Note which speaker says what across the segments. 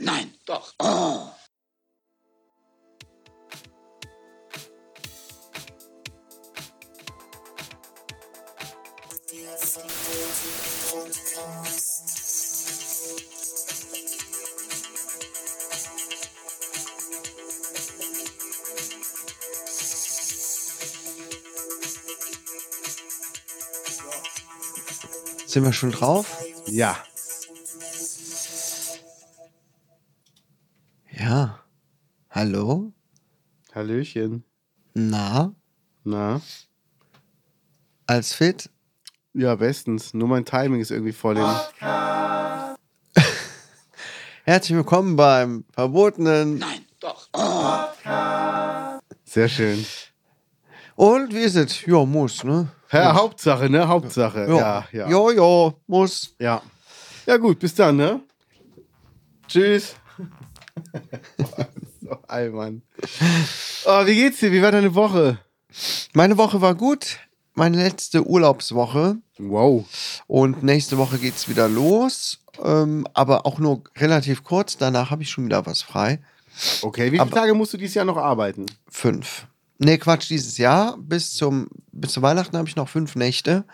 Speaker 1: Nein.
Speaker 2: Doch.
Speaker 1: Oh.
Speaker 3: Sind wir schon drauf?
Speaker 2: Ja.
Speaker 3: Ja. Hallo?
Speaker 2: Hallöchen.
Speaker 3: Na?
Speaker 2: Na?
Speaker 3: Als fit? Ah.
Speaker 2: Ja, bestens. Nur mein Timing ist irgendwie voll im.
Speaker 3: Herzlich willkommen beim Verbotenen.
Speaker 1: Nein. Doch.
Speaker 2: Sehr schön.
Speaker 3: Und wie ist es? Jo, muss, ne?
Speaker 2: Ja, Hauptsache, ne? Hauptsache.
Speaker 3: Jo.
Speaker 2: Ja, ja.
Speaker 3: Jo, jo, muss.
Speaker 2: Ja. Ja, gut, bis dann, ne? Tschüss. so, ey, Mann. Oh, wie geht's dir? Wie war deine Woche?
Speaker 3: Meine Woche war gut. Meine letzte Urlaubswoche.
Speaker 2: Wow.
Speaker 3: Und nächste Woche geht's wieder los. Ähm, aber auch nur relativ kurz. Danach habe ich schon wieder was frei.
Speaker 2: Okay, wie viele
Speaker 3: Aber-
Speaker 2: Tage musst du dieses Jahr noch arbeiten?
Speaker 3: Fünf. Nee, Quatsch, dieses Jahr. Bis zum bis zu Weihnachten habe ich noch fünf Nächte.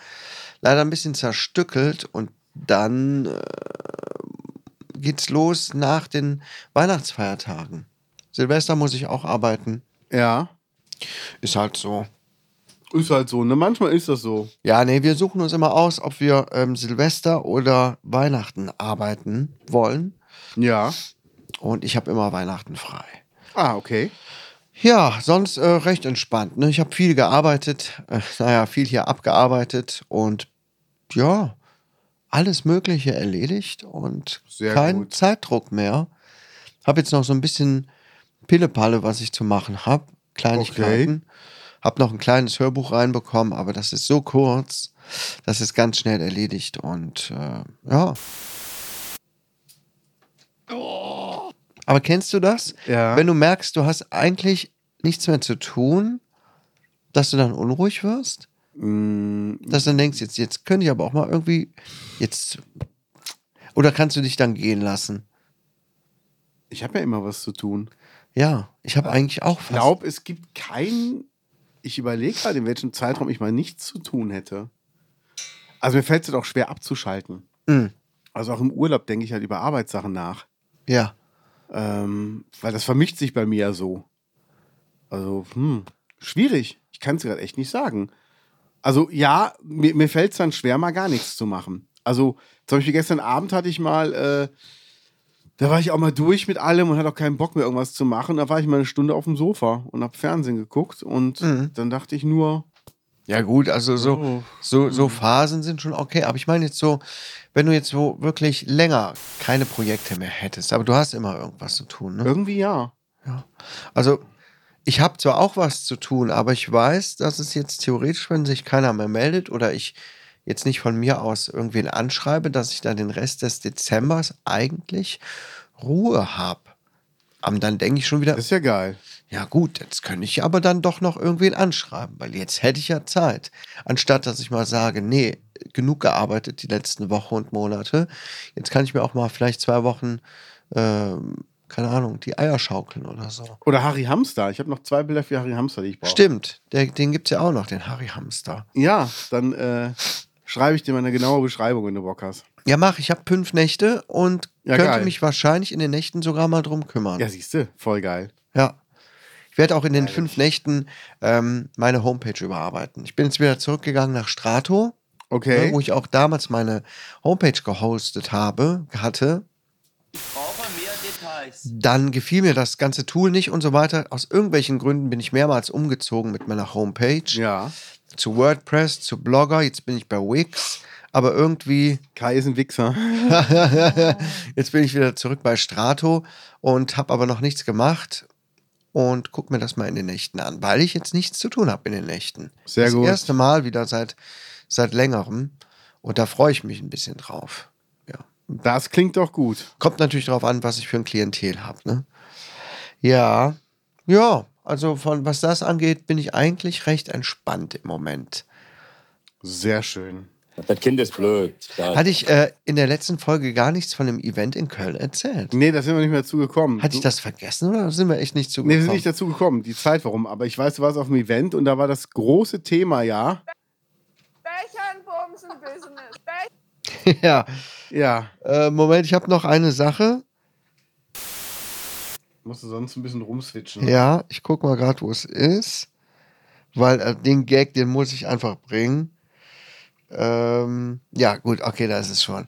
Speaker 3: Leider ein bisschen zerstückelt. Und dann äh, geht's los nach den Weihnachtsfeiertagen. Silvester muss ich auch arbeiten.
Speaker 2: Ja.
Speaker 3: Ist halt so.
Speaker 2: Ist halt so, ne? Manchmal ist das so.
Speaker 3: Ja, nee, wir suchen uns immer aus, ob wir ähm, Silvester oder Weihnachten arbeiten wollen.
Speaker 2: Ja.
Speaker 3: Und ich habe immer Weihnachten frei.
Speaker 2: Ah, okay.
Speaker 3: Ja, sonst äh, recht entspannt. Ne? Ich habe viel gearbeitet, äh, naja, viel hier abgearbeitet und ja, alles Mögliche erledigt und
Speaker 2: Sehr
Speaker 3: kein
Speaker 2: gut.
Speaker 3: Zeitdruck mehr. Habe jetzt noch so ein bisschen Pillepalle, was ich zu machen habe, Kleinigkeiten. Habe noch ein kleines Hörbuch reinbekommen, aber das ist so kurz, das ist ganz schnell erledigt und äh, ja.
Speaker 2: Oh.
Speaker 3: Aber kennst du das?
Speaker 2: Ja.
Speaker 3: Wenn du merkst, du hast eigentlich nichts mehr zu tun, dass du dann unruhig wirst,
Speaker 2: Mm,
Speaker 3: dass du dann denkst, jetzt, jetzt könnte ich aber auch mal irgendwie jetzt. Oder kannst du dich dann gehen lassen?
Speaker 2: ich habe ja immer was zu tun.
Speaker 3: Ja, ich habe eigentlich auch
Speaker 2: Ich
Speaker 3: fast.
Speaker 2: glaube, es gibt keinen. Ich überlege gerade, in welchem Zeitraum ich mal nichts zu tun hätte. Also mir fällt es auch schwer abzuschalten.
Speaker 3: Mm,
Speaker 2: Also auch im Urlaub denke ich halt über Arbeitssachen nach.
Speaker 3: ja,
Speaker 2: Ähm, weil das vermischt sich bei mir ja so. Also, hm, schwierig. Ich kann es gerade echt nicht sagen. Also, ja, mir, mir fällt es dann schwer, mal gar nichts zu machen. Also, zum Beispiel gestern Abend hatte ich mal, äh, da war ich auch mal durch mit allem und hatte auch keinen Bock mehr, irgendwas zu machen. Da war ich mal eine Stunde auf dem Sofa und habe Fernsehen geguckt und
Speaker 3: Mhm.
Speaker 2: dann dachte ich nur,
Speaker 3: ja, gut, also so,
Speaker 2: Oh.
Speaker 3: so, so Phasen sind schon okay. Aber ich meine jetzt so, wenn du jetzt so wirklich länger keine Projekte mehr hättest, aber du hast immer irgendwas zu tun. Ne?
Speaker 2: irgendwie ja.
Speaker 3: Also, ich habe zwar auch was zu tun, aber ich weiß, dass es jetzt theoretisch, wenn sich keiner mehr meldet oder ich jetzt nicht von mir aus irgendwen anschreibe, dass ich dann den Rest des Dezembers eigentlich Ruhe habe. Aber dann denke ich schon wieder,
Speaker 2: Das ist ja geil.
Speaker 3: ja gut, jetzt könnte ich aber dann doch noch irgendwen anschreiben, weil jetzt hätte ich ja Zeit. Anstatt dass ich mal sage, nee, genug gearbeitet die letzten Wochen und Monate, jetzt kann ich mir auch mal vielleicht zwei Wochen, ähm, keine Ahnung, die Eier schaukeln oder so.
Speaker 2: Oder Harry Hamster. Ich habe noch zwei Bilder für Harry Hamster, die ich brauche.
Speaker 3: Stimmt, der, den gibt es ja auch noch, den Harry Hamster.
Speaker 2: Ja, dann äh, schreibe ich dir mal eine genaue Beschreibung, wenn du Bock hast.
Speaker 3: Ja, mach, ich habe fünf Nächte und
Speaker 2: Ja,
Speaker 3: könnte
Speaker 2: geil.
Speaker 3: mich wahrscheinlich in den Nächten sogar mal drum kümmern.
Speaker 2: Ja, siehst du, voll geil.
Speaker 3: Ja. Ich werde auch in den fünf Nächten ähm, meine Homepage überarbeiten. Ich bin jetzt wieder zurückgegangen nach Strato,
Speaker 2: Okay.
Speaker 3: ne, wo ich auch damals meine Homepage gehostet habe, hatte.
Speaker 1: Brauche mehr Details.
Speaker 3: Dann gefiel mir das ganze Tool nicht und so weiter. Aus irgendwelchen Gründen bin ich mehrmals umgezogen mit meiner Homepage.
Speaker 2: ja.
Speaker 3: Zu WordPress, zu Blogger, jetzt bin ich bei Wix. Aber irgendwie
Speaker 2: Kai ist ein Wichser.
Speaker 3: Jetzt bin ich wieder zurück bei Strato und habe aber noch nichts gemacht und guck mir das mal in den Nächten an, weil ich jetzt nichts zu tun habe in den Nächten.
Speaker 2: Sehr
Speaker 3: das
Speaker 2: gut.
Speaker 3: erste Mal wieder seit, seit längerem und da freue ich mich ein bisschen drauf. Ja.
Speaker 2: Das klingt doch gut.
Speaker 3: Kommt natürlich drauf an, was ich für ein Klientel habe. Ne? Ja, ja, also von was das angeht, bin ich eigentlich recht entspannt im Moment.
Speaker 2: Sehr schön.
Speaker 4: Das Kind ist blöd. Da-
Speaker 3: Hatte ich äh, in der letzten Folge gar nichts von dem Event in Köln erzählt?
Speaker 2: Nee, da sind wir nicht mehr zugekommen.
Speaker 3: Hatte ich das vergessen oder sind wir echt nicht
Speaker 2: Nee, wir
Speaker 3: zugekommen?
Speaker 2: sind nicht dazu gekommen, die Zeit warum. Aber ich weiß, du warst auf dem Event und da war das große Thema, ja.
Speaker 5: Bechern, Bumsen, Business. Bechern.
Speaker 3: ja.
Speaker 2: Ja.
Speaker 3: Äh, Moment, ich habe noch eine Sache.
Speaker 2: Musst du sonst ein bisschen rumswitchen.
Speaker 3: Ja, ich guck mal gerade, wo es ist. Weil äh, den Gag, den muss ich einfach bringen. Ähm, ja, gut, okay, da ist es schon.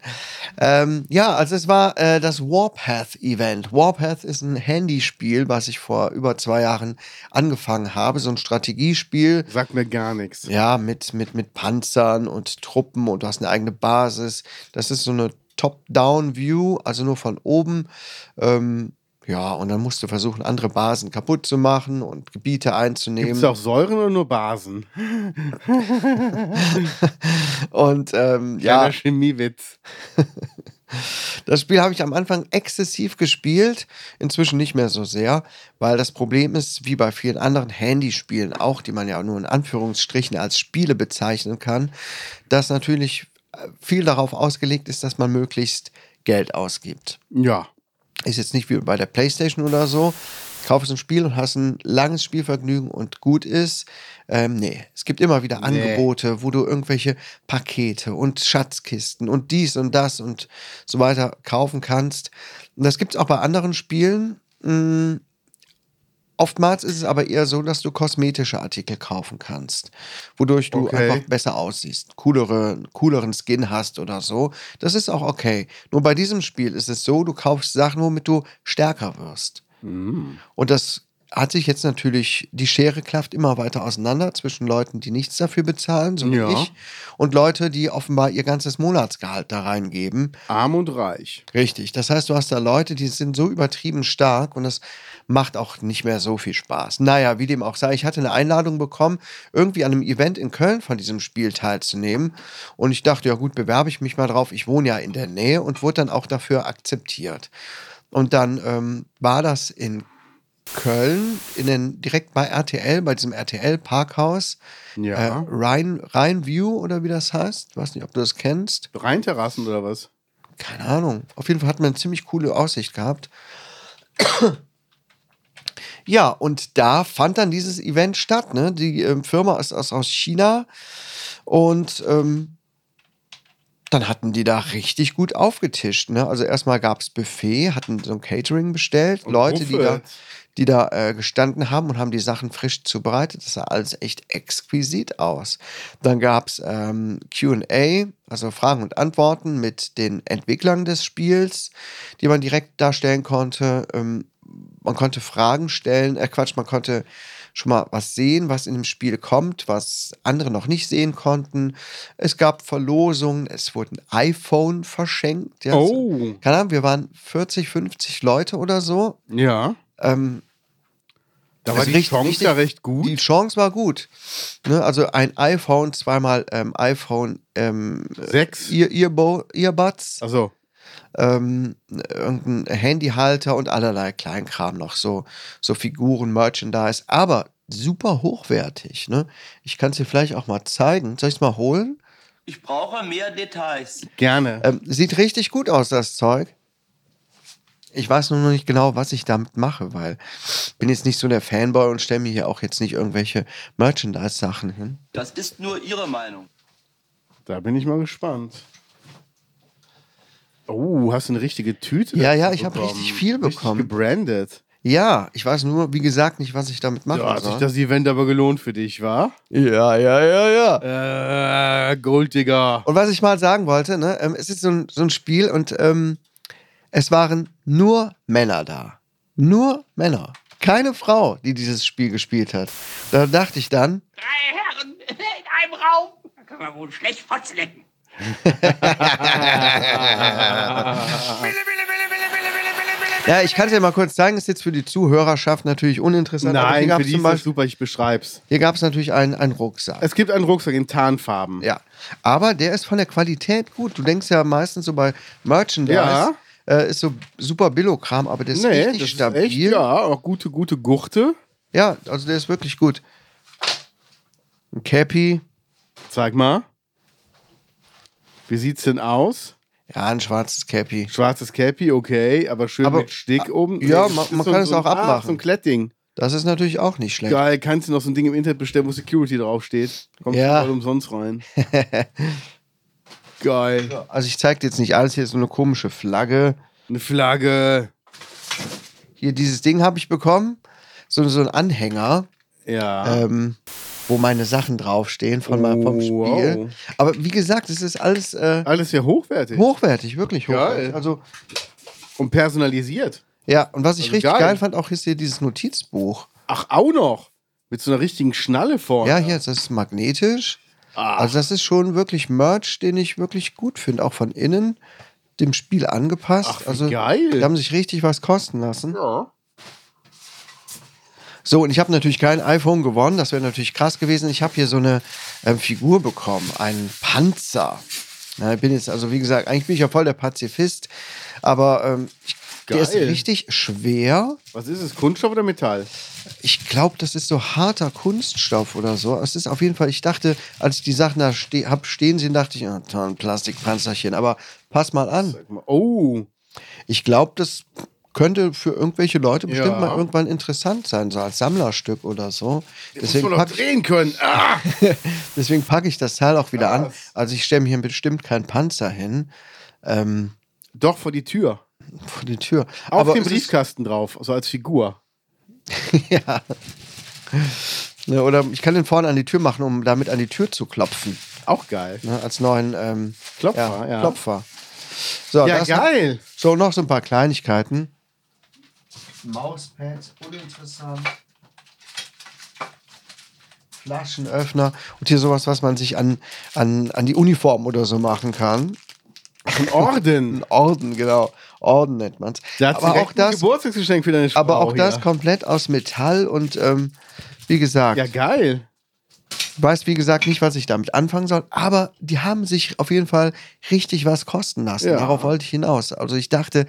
Speaker 3: Ähm, ja, also es war äh, das Warpath-Event. Warpath ist ein Handyspiel, was ich vor über zwei Jahren angefangen habe. So ein Strategiespiel.
Speaker 2: Sagt mir gar nichts.
Speaker 3: Ja, mit, mit, mit Panzern und Truppen und du hast eine eigene Basis. Das ist so eine Top-Down-View, also nur von oben. Ähm, ja, und dann musst du versuchen, andere Basen kaputt zu machen und Gebiete
Speaker 2: Gibt
Speaker 3: einzunehmen.
Speaker 2: es auch Säuren oder nur Basen?
Speaker 3: Und ähm,
Speaker 2: Kleiner
Speaker 3: ja,
Speaker 2: Chemiewitz.
Speaker 3: das Spiel habe ich am Anfang exzessiv gespielt, inzwischen nicht mehr so sehr, weil das Problem ist, wie bei vielen anderen Handyspielen auch, die man ja nur in Anführungsstrichen als Spiele bezeichnen kann, dass natürlich äh, viel darauf ausgelegt ist, dass man möglichst Geld ausgibt.
Speaker 2: Ja.
Speaker 3: Ist jetzt nicht wie bei der Playstation oder so. Kaufst ein Spiel und hast ein langes Spielvergnügen und gut ist. Ähm, nee, es gibt immer wieder Angebote, wo du irgendwelche Pakete und Schatzkisten und dies und das und so weiter kaufen kannst. Und das gibt es auch bei anderen Spielen. Mm, Oftmals ist es aber eher so, dass du kosmetische Artikel kaufen kannst, wodurch du
Speaker 2: Okay.
Speaker 3: einfach besser aussiehst, coolere, cooleren Skin hast oder so. Das ist auch okay. Nur bei diesem Spiel ist es so, du kaufst Sachen, womit du stärker wirst.
Speaker 2: Mm.
Speaker 3: Und das hat sich jetzt natürlich, die Schere klafft immer weiter auseinander zwischen Leuten, die nichts dafür bezahlen, so
Speaker 2: Ja.
Speaker 3: wie ich, und Leute, die offenbar ihr ganzes Monatsgehalt da reingeben.
Speaker 2: Arm und reich.
Speaker 3: Richtig. Das heißt, du hast da Leute, die sind so übertrieben stark und das macht auch nicht mehr so viel Spaß. Naja, wie dem auch sei, ich hatte eine Einladung bekommen, irgendwie an einem Event in Köln von diesem Spiel teilzunehmen. Und ich dachte, ja gut, bewerbe ich mich mal drauf. Ich wohne ja in der Nähe und wurde dann auch dafür akzeptiert. Und dann ähm, war das in Köln, in den, direkt bei RTL, bei diesem RTL-Parkhaus, äh,
Speaker 2: Ja.
Speaker 3: Rhein, Rheinview oder wie das heißt. Ich weiß nicht, ob du das kennst
Speaker 2: Reinterrassen oder was?
Speaker 3: keine Ahnung. Auf jeden Fall hat man eine ziemlich coole Aussicht gehabt. Ja, und da fand dann dieses Event statt. Ne? Die ähm, Firma ist aus, aus China und ähm, dann hatten die da richtig gut aufgetischt. Ne? Also erstmal gab es Buffet, hatten so ein Catering bestellt,
Speaker 2: Und
Speaker 3: Leute, die da,
Speaker 2: Buffets.
Speaker 3: die da äh, gestanden haben und haben die Sachen frisch zubereitet. Das sah alles echt exquisit aus. Dann gab es ähm, QA, also Fragen und Antworten mit den Entwicklern des Spiels, die man direkt darstellen konnte. Ähm, man konnte Fragen stellen, äh Quatsch, man konnte schon mal was sehen, was in dem Spiel kommt, was andere noch nicht sehen konnten. Es gab Verlosungen, es wurden iPhone verschenkt. Ja, so-
Speaker 2: Oh.
Speaker 3: Keine Ahnung, wir waren 40, 50 Leute oder so.
Speaker 2: Ja.
Speaker 3: Ähm,
Speaker 2: Da
Speaker 3: Also
Speaker 2: war die
Speaker 3: richtig-
Speaker 2: Chance
Speaker 3: richtig-
Speaker 2: ja recht
Speaker 3: die
Speaker 2: gut.
Speaker 3: Chance war gut. Ne? Also ein iPhone, zweimal ähm, iPhone ähm,
Speaker 2: Sechs.
Speaker 3: Ear Earbo Earbuds,
Speaker 2: Also,
Speaker 3: ähm, irgendein Handyhalter und allerlei Kleinkram noch, so, so Figuren, Merchandise, aber super hochwertig. Ne? Ich kann es dir vielleicht auch mal zeigen. Soll ich es mal holen?
Speaker 1: Ich brauche mehr Details.
Speaker 2: gerne.
Speaker 3: Ähm, sieht richtig gut aus, das Zeug. Ich weiß nur noch nicht genau, was ich damit mache, weil ich bin jetzt nicht so der Fanboy und stelle mir hier auch jetzt nicht irgendwelche Merchandise-Sachen hin.
Speaker 1: Das ist nur Ihre Meinung.
Speaker 2: da bin ich mal gespannt. Oh, hast du eine richtige Tüte?
Speaker 3: Ja,
Speaker 2: dazu
Speaker 3: ja, ich hab
Speaker 2: bekommen?
Speaker 3: richtig viel bekommen.
Speaker 2: Richtig gebrandet.
Speaker 3: Ja, ich weiß nur, wie gesagt, nicht, was ich damit machen
Speaker 2: Ja, also hat sich
Speaker 3: soll.
Speaker 2: das Event aber gelohnt für dich, war?
Speaker 3: ja, ja, ja, ja. Oh,
Speaker 2: Äh, Golddigger.
Speaker 3: Und was ich mal sagen wollte, ne, ähm, es ist so ein, so ein Spiel und ähm, es waren nur Männer da. Nur Männer. Keine Frau, die dieses Spiel gespielt hat. Da dachte ich dann,
Speaker 6: Drei Herren in einem Raum. Da kann man wohl schlecht Fotzen lecken.
Speaker 3: ja, ich kann es ja mal kurz zeigen, ist jetzt für die Zuhörerschaft natürlich uninteressant. aber hier
Speaker 2: Nein,
Speaker 3: gab's
Speaker 2: für die
Speaker 3: zum
Speaker 2: ist das
Speaker 3: Beispiel,
Speaker 2: super, ich beschreib's.
Speaker 3: hier gab es natürlich einen, einen Rucksack.
Speaker 2: Es gibt einen Rucksack in Tarnfarben.
Speaker 3: Ja, aber der ist von der Qualität gut. Du denkst ja meistens so bei Merchandise
Speaker 2: Ja.
Speaker 3: äh, ist so super Billo-Kram, aber der ist
Speaker 2: Nee,
Speaker 3: richtig
Speaker 2: das
Speaker 3: stabil.
Speaker 2: ist echt, ja, auch gute, gute Gurte.
Speaker 3: ja, also der ist wirklich gut. Ein Cappy,
Speaker 2: Zeig mal. Wie sieht's denn aus?
Speaker 3: Ja, ein schwarzes Cappy.
Speaker 2: Schwarzes Cappy, okay, aber schön
Speaker 3: Aber- ah,
Speaker 2: mit Stick oben.
Speaker 3: Ja,
Speaker 2: das
Speaker 3: man-
Speaker 2: ist
Speaker 3: man kann es auch
Speaker 2: ein- ah,
Speaker 3: abmachen.
Speaker 2: So ein Klettding.
Speaker 3: Das ist natürlich auch nicht schlecht.
Speaker 2: Geil, kannst du noch so ein Ding im Internet bestellen, wo Security draufsteht. Kommst
Speaker 3: Ja.
Speaker 2: du voll umsonst rein. Geil.
Speaker 3: Also ich zeige dir jetzt nicht alles, hier ist so eine komische Flagge.
Speaker 2: Eine Flagge.
Speaker 3: Hier dieses Ding habe ich bekommen, so, so ein Anhänger,
Speaker 2: Ja.
Speaker 3: ähm, wo meine Sachen draufstehen von meinem vom Spiel.
Speaker 2: Oh, Wow.
Speaker 3: Aber wie gesagt, es ist alles äh,
Speaker 2: Alles ja hochwertig
Speaker 3: hochwertig, wirklich
Speaker 2: Geil.
Speaker 3: hochwertig. Also
Speaker 2: und personalisiert.
Speaker 3: ja, und was ich
Speaker 2: Also
Speaker 3: richtig
Speaker 2: geil.
Speaker 3: geil. fand, auch ist hier dieses Notizbuch.
Speaker 2: Ach, auch noch. Mit so einer richtigen Schnalle vorne.
Speaker 3: ja, hier, das ist magnetisch.
Speaker 2: Oh, Ah.
Speaker 3: Also das ist schon wirklich Merch, den ich wirklich gut finde, auch von innen dem Spiel angepasst.
Speaker 2: Ach, wie
Speaker 3: also
Speaker 2: geil.
Speaker 3: die haben sich richtig was kosten lassen.
Speaker 2: Ja.
Speaker 3: So, und ich habe natürlich kein iPhone gewonnen, das wäre natürlich krass gewesen. Ich habe hier so eine ähm, Figur bekommen, einen Panzer. Na, ich bin jetzt, also wie gesagt, eigentlich bin ich ja voll der Pazifist, aber ähm, ich, der ist
Speaker 2: Geil.
Speaker 3: richtig schwer.
Speaker 2: Was ist es? Kunststoff oder Metall?
Speaker 3: Ich glaube, das ist so harter Kunststoff oder so. Es ist auf jeden Fall, ich dachte, als ich die Sachen da ste hab stehen sehen, dachte ich, ah, toll, ein Plastikpanzerchen, aber pass mal an.
Speaker 2: Sag mal. Oh.
Speaker 3: Ich glaube, das könnte für irgendwelche Leute bestimmt
Speaker 2: Ja.
Speaker 3: mal irgendwann interessant sein, so als Sammlerstück oder so.
Speaker 2: Deswegen
Speaker 3: Deswegen
Speaker 2: muss man
Speaker 3: pack,
Speaker 2: noch drehen können. Ah.
Speaker 3: Deswegen packe ich das Teil auch wieder an.
Speaker 2: Krass.
Speaker 3: Also ich stelle mir hier bestimmt keinen Panzer hin ähm,
Speaker 2: Doch vor die Tür.
Speaker 3: vor die Tür.
Speaker 2: Auf
Speaker 3: Aber
Speaker 2: dem
Speaker 3: es ist-
Speaker 2: Briefkasten drauf, so als Figur.
Speaker 3: ja. Ne, Oder ich kann den vorne an die Tür machen, um damit an die Tür zu klopfen.
Speaker 2: Auch geil.
Speaker 3: Ne, als neuen ähm,
Speaker 2: Klopfer, ja.
Speaker 3: Klopfer. So,
Speaker 2: Ja,
Speaker 3: das-
Speaker 2: geil.
Speaker 3: So, noch so ein paar Kleinigkeiten. Mauspads, uninteressant. Flaschenöffner und hier sowas, was man sich an, an, an die Uniform oder so machen kann.
Speaker 2: Ein Orden.
Speaker 3: Ein Orden, genau. Orden nennt man's.
Speaker 2: Da hat
Speaker 3: Aber auch
Speaker 2: ein
Speaker 3: das,
Speaker 2: Geburtstagsgeschenk für deine Frau
Speaker 3: aber auch das
Speaker 2: hier.
Speaker 3: komplett aus Metall und ähm, wie gesagt,
Speaker 2: Ja, geil.
Speaker 3: ich weiß wie gesagt nicht, was ich damit anfangen soll, aber die haben sich auf jeden Fall richtig was kosten lassen.
Speaker 2: Ja.
Speaker 3: Darauf wollte ich hinaus. Also ich dachte,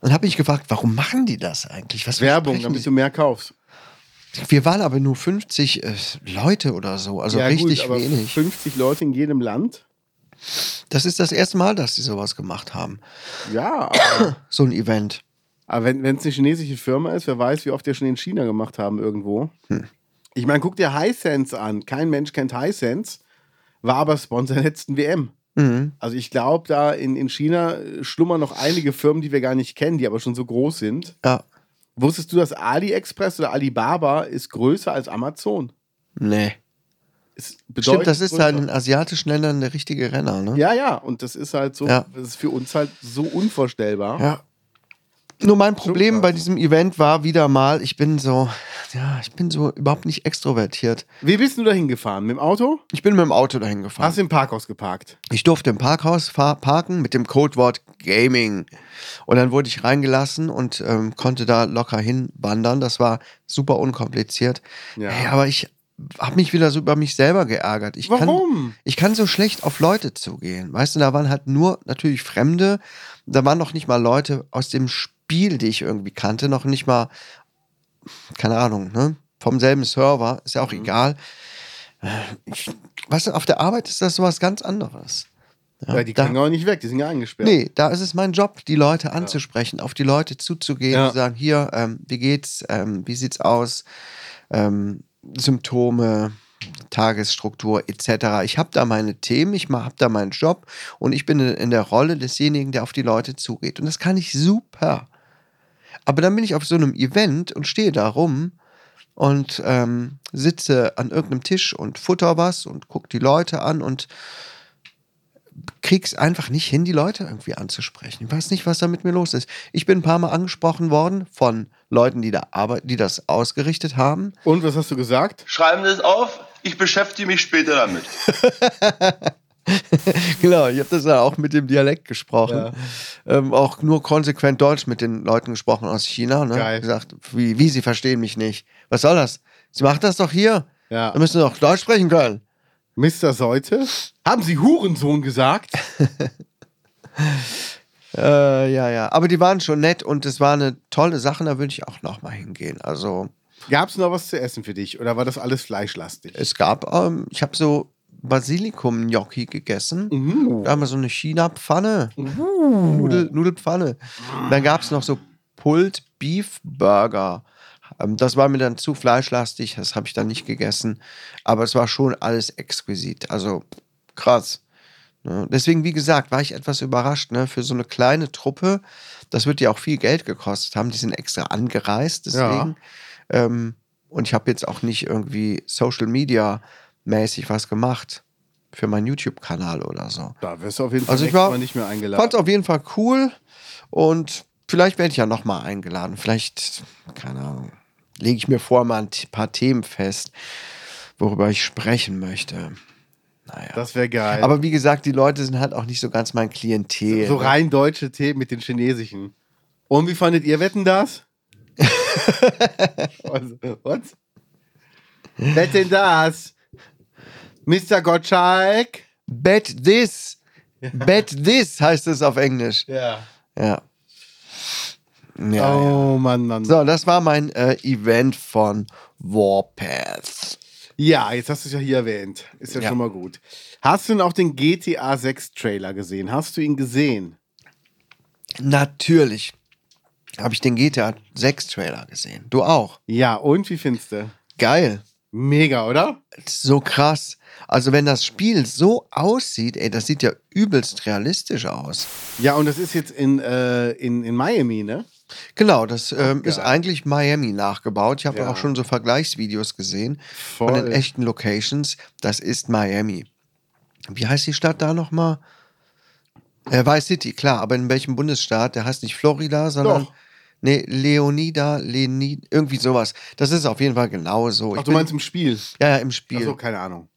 Speaker 3: dann habe ich gefragt, warum machen die das eigentlich? Was
Speaker 2: Werbung,
Speaker 3: versprechen
Speaker 2: damit du mehr kaufst.
Speaker 3: die? Wir waren aber nur 50 äh, Leute oder so, also
Speaker 2: ja,
Speaker 3: richtig
Speaker 2: aber
Speaker 3: wenig.
Speaker 2: 50 Leute in jedem Land.
Speaker 3: Das ist das erste Mal, dass sie sowas gemacht haben.
Speaker 2: Ja, aber,
Speaker 3: So ein Event.
Speaker 2: aber wenn es eine chinesische Firma ist, wer weiß, wie oft die schon in China gemacht haben irgendwo.
Speaker 3: Hm.
Speaker 2: Ich meine, guck dir Hisense an. Kein Mensch kennt Hisense, war aber Sponsor der letzten WM.
Speaker 3: Mhm.
Speaker 2: Also ich glaube, da in, in China äh, schlummern noch einige Firmen, die wir gar nicht kennen, die aber schon so groß sind.
Speaker 3: Ja.
Speaker 2: Wusstest du, dass AliExpress oder Alibaba ist größer als Amazon?
Speaker 3: Nee.
Speaker 2: Es
Speaker 3: Stimmt,
Speaker 2: bedeutet
Speaker 3: das ist
Speaker 2: größer.
Speaker 3: halt in den asiatischen Ländern der richtige Renner, ne?
Speaker 2: Ja, ja, und das ist halt so,
Speaker 3: Ja.
Speaker 2: das ist für uns halt so unvorstellbar.
Speaker 3: Ja. Nur mein Problem bei diesem Event war wieder mal, ich bin so, ja, ich bin so überhaupt nicht extrovertiert.
Speaker 2: Wie bist du da hingefahren? Mit dem Auto?
Speaker 3: Ich bin mit dem Auto dahin gefahren.
Speaker 2: Hast du im Parkhaus geparkt?
Speaker 3: Ich durfte im Parkhaus fa- parken mit dem Codewort Gaming. Und dann wurde ich reingelassen und ähm, konnte da locker hinwandern. Das war super unkompliziert.
Speaker 2: Ja.
Speaker 3: Hey, aber ich habe mich wieder so über mich selber geärgert. Ich Kann,
Speaker 2: Warum?
Speaker 3: ich kann so schlecht auf Leute zugehen. Weißt du, da waren halt nur natürlich Fremde. Da waren noch nicht mal Leute aus dem Spiel, die ich irgendwie kannte. Noch nicht mal, keine Ahnung, ne? Vom selben Server. Ist ja auch egal. Äh, Ich, weißt du, auf der Arbeit ist das sowas ganz anderes.
Speaker 2: Ja, die
Speaker 3: da-
Speaker 2: kriegen auch nicht weg, die sind ja eingesperrt.
Speaker 3: Nee, da ist es mein Job, die Leute anzusprechen, auf die Leute zuzugehen,
Speaker 2: Ja.
Speaker 3: zu sagen, hier, ähm, wie geht's, ähm, wie sieht's aus, ähm, Symptome, Tagesstruktur etc. Ich habe da meine Themen, ich habe da meinen Job und ich bin in, in der Rolle desjenigen, der auf die Leute zugeht. Und das kann ich super. Aber dann bin ich auf so einem Event und stehe da rum und ähm, sitze an irgendeinem Tisch und futter was und guck die Leute an und krieg's einfach nicht hin, die Leute irgendwie anzusprechen. Ich weiß nicht, was da mit mir los ist. Ich bin ein paar Mal angesprochen worden von Leuten, die da arbeiten, die das ausgerichtet haben.
Speaker 2: Und was hast du gesagt?
Speaker 1: Schreiben Sie es auf, ich beschäftige mich später damit.
Speaker 3: genau, ich habe das ja auch mit dem Dialekt gesprochen. Ähm, auch nur konsequent Deutsch mit den Leuten gesprochen aus China. Ne?
Speaker 2: Geil.
Speaker 3: Gesagt, wie, wie, sie verstehen mich nicht. Was soll das? Sie macht das doch hier.
Speaker 2: Ja.
Speaker 3: Da müssen sie doch Deutsch sprechen können.
Speaker 2: Mr. Seute? Haben Sie Hurensohn gesagt?
Speaker 3: Äh, ja, ja. Aber die waren schon nett und es war eine tolle Sache. Da würde ich auch nochmal hingehen. Also,
Speaker 2: Gab es noch was zu essen für dich oder war das alles fleischlastig?
Speaker 3: es gab, ähm, ich habe so Basilikum-Gnocchi gegessen.
Speaker 2: Mhm.
Speaker 3: Da haben wir so eine China-Pfanne. Nudel, Nudelpfanne. Dann gab es noch so Pulled Beef Burger. Ähm, Das war mir dann zu fleischlastig, das habe ich dann nicht gegessen. Aber es war schon alles exquisit. Also krass. Ne? Deswegen, wie gesagt, war ich etwas überrascht. Ne? Für so eine kleine Truppe, das wird ja auch viel Geld gekostet haben. Die sind extra angereist, deswegen. Ähm, und ich habe jetzt auch nicht irgendwie Social Media mäßig was gemacht. Für meinen YouTube-Kanal oder so.
Speaker 2: Da wirst du auf jeden Fall
Speaker 3: Also ich
Speaker 2: nächstes
Speaker 3: war-
Speaker 2: Mal nicht mehr eingeladen.
Speaker 3: Fand's auf jeden Fall cool und vielleicht werde ich ja nochmal eingeladen. Vielleicht, keine Ahnung, lege ich mir vor mal ein t- paar Themen fest, worüber ich sprechen möchte. Naja.
Speaker 2: Das wäre geil.
Speaker 3: Aber wie gesagt, die Leute sind halt auch nicht so ganz mein Klientel.
Speaker 2: so rein deutsche Tee mit den chinesischen. Und wie fandet ihr Wetten das? Was? Wetten das? Mr. Gottschalk?
Speaker 3: Bet this. Bet this heißt es auf Englisch.
Speaker 2: Ja.
Speaker 3: Ja. Ja, ja.
Speaker 2: Oh Mann, Mann.
Speaker 3: So, das war mein äh, Event von Warpath.
Speaker 2: Ja, jetzt hast du es ja hier erwähnt. Ist ja,
Speaker 3: Ja.
Speaker 2: schon mal gut. Hast du denn auch den GTA 6 Trailer gesehen? Hast du ihn gesehen?
Speaker 3: Natürlich habe ich den GTA 6 Trailer gesehen. Du auch.
Speaker 2: Ja, und wie findest du?
Speaker 3: Geil.
Speaker 2: Mega, oder?
Speaker 3: So krass. Also, wenn das Spiel so aussieht, ey, das sieht ja übelst realistisch aus.
Speaker 2: Ja, und das ist jetzt in, äh, in, in Miami, ne?
Speaker 3: Genau, das ähm, ist
Speaker 2: geil.
Speaker 3: eigentlich Miami nachgebaut. Ich habe
Speaker 2: Oh Ja.
Speaker 3: auch schon so Vergleichsvideos gesehen
Speaker 2: Voll.
Speaker 3: von den echten Locations. Das ist Miami. Wie heißt die Stadt da nochmal? Äh, Vice City, klar, aber in welchem Bundesstaat? Der heißt nicht Florida, sondern.
Speaker 2: Doch.
Speaker 3: Nee, Leonida, Leonid, irgendwie sowas. Das ist auf jeden Fall genau so.
Speaker 2: Ach,
Speaker 3: Ich
Speaker 2: du
Speaker 3: bin-
Speaker 2: meinst Also im Spiel?
Speaker 3: Ja, ja, im Spiel.
Speaker 2: Achso, keine Ahnung.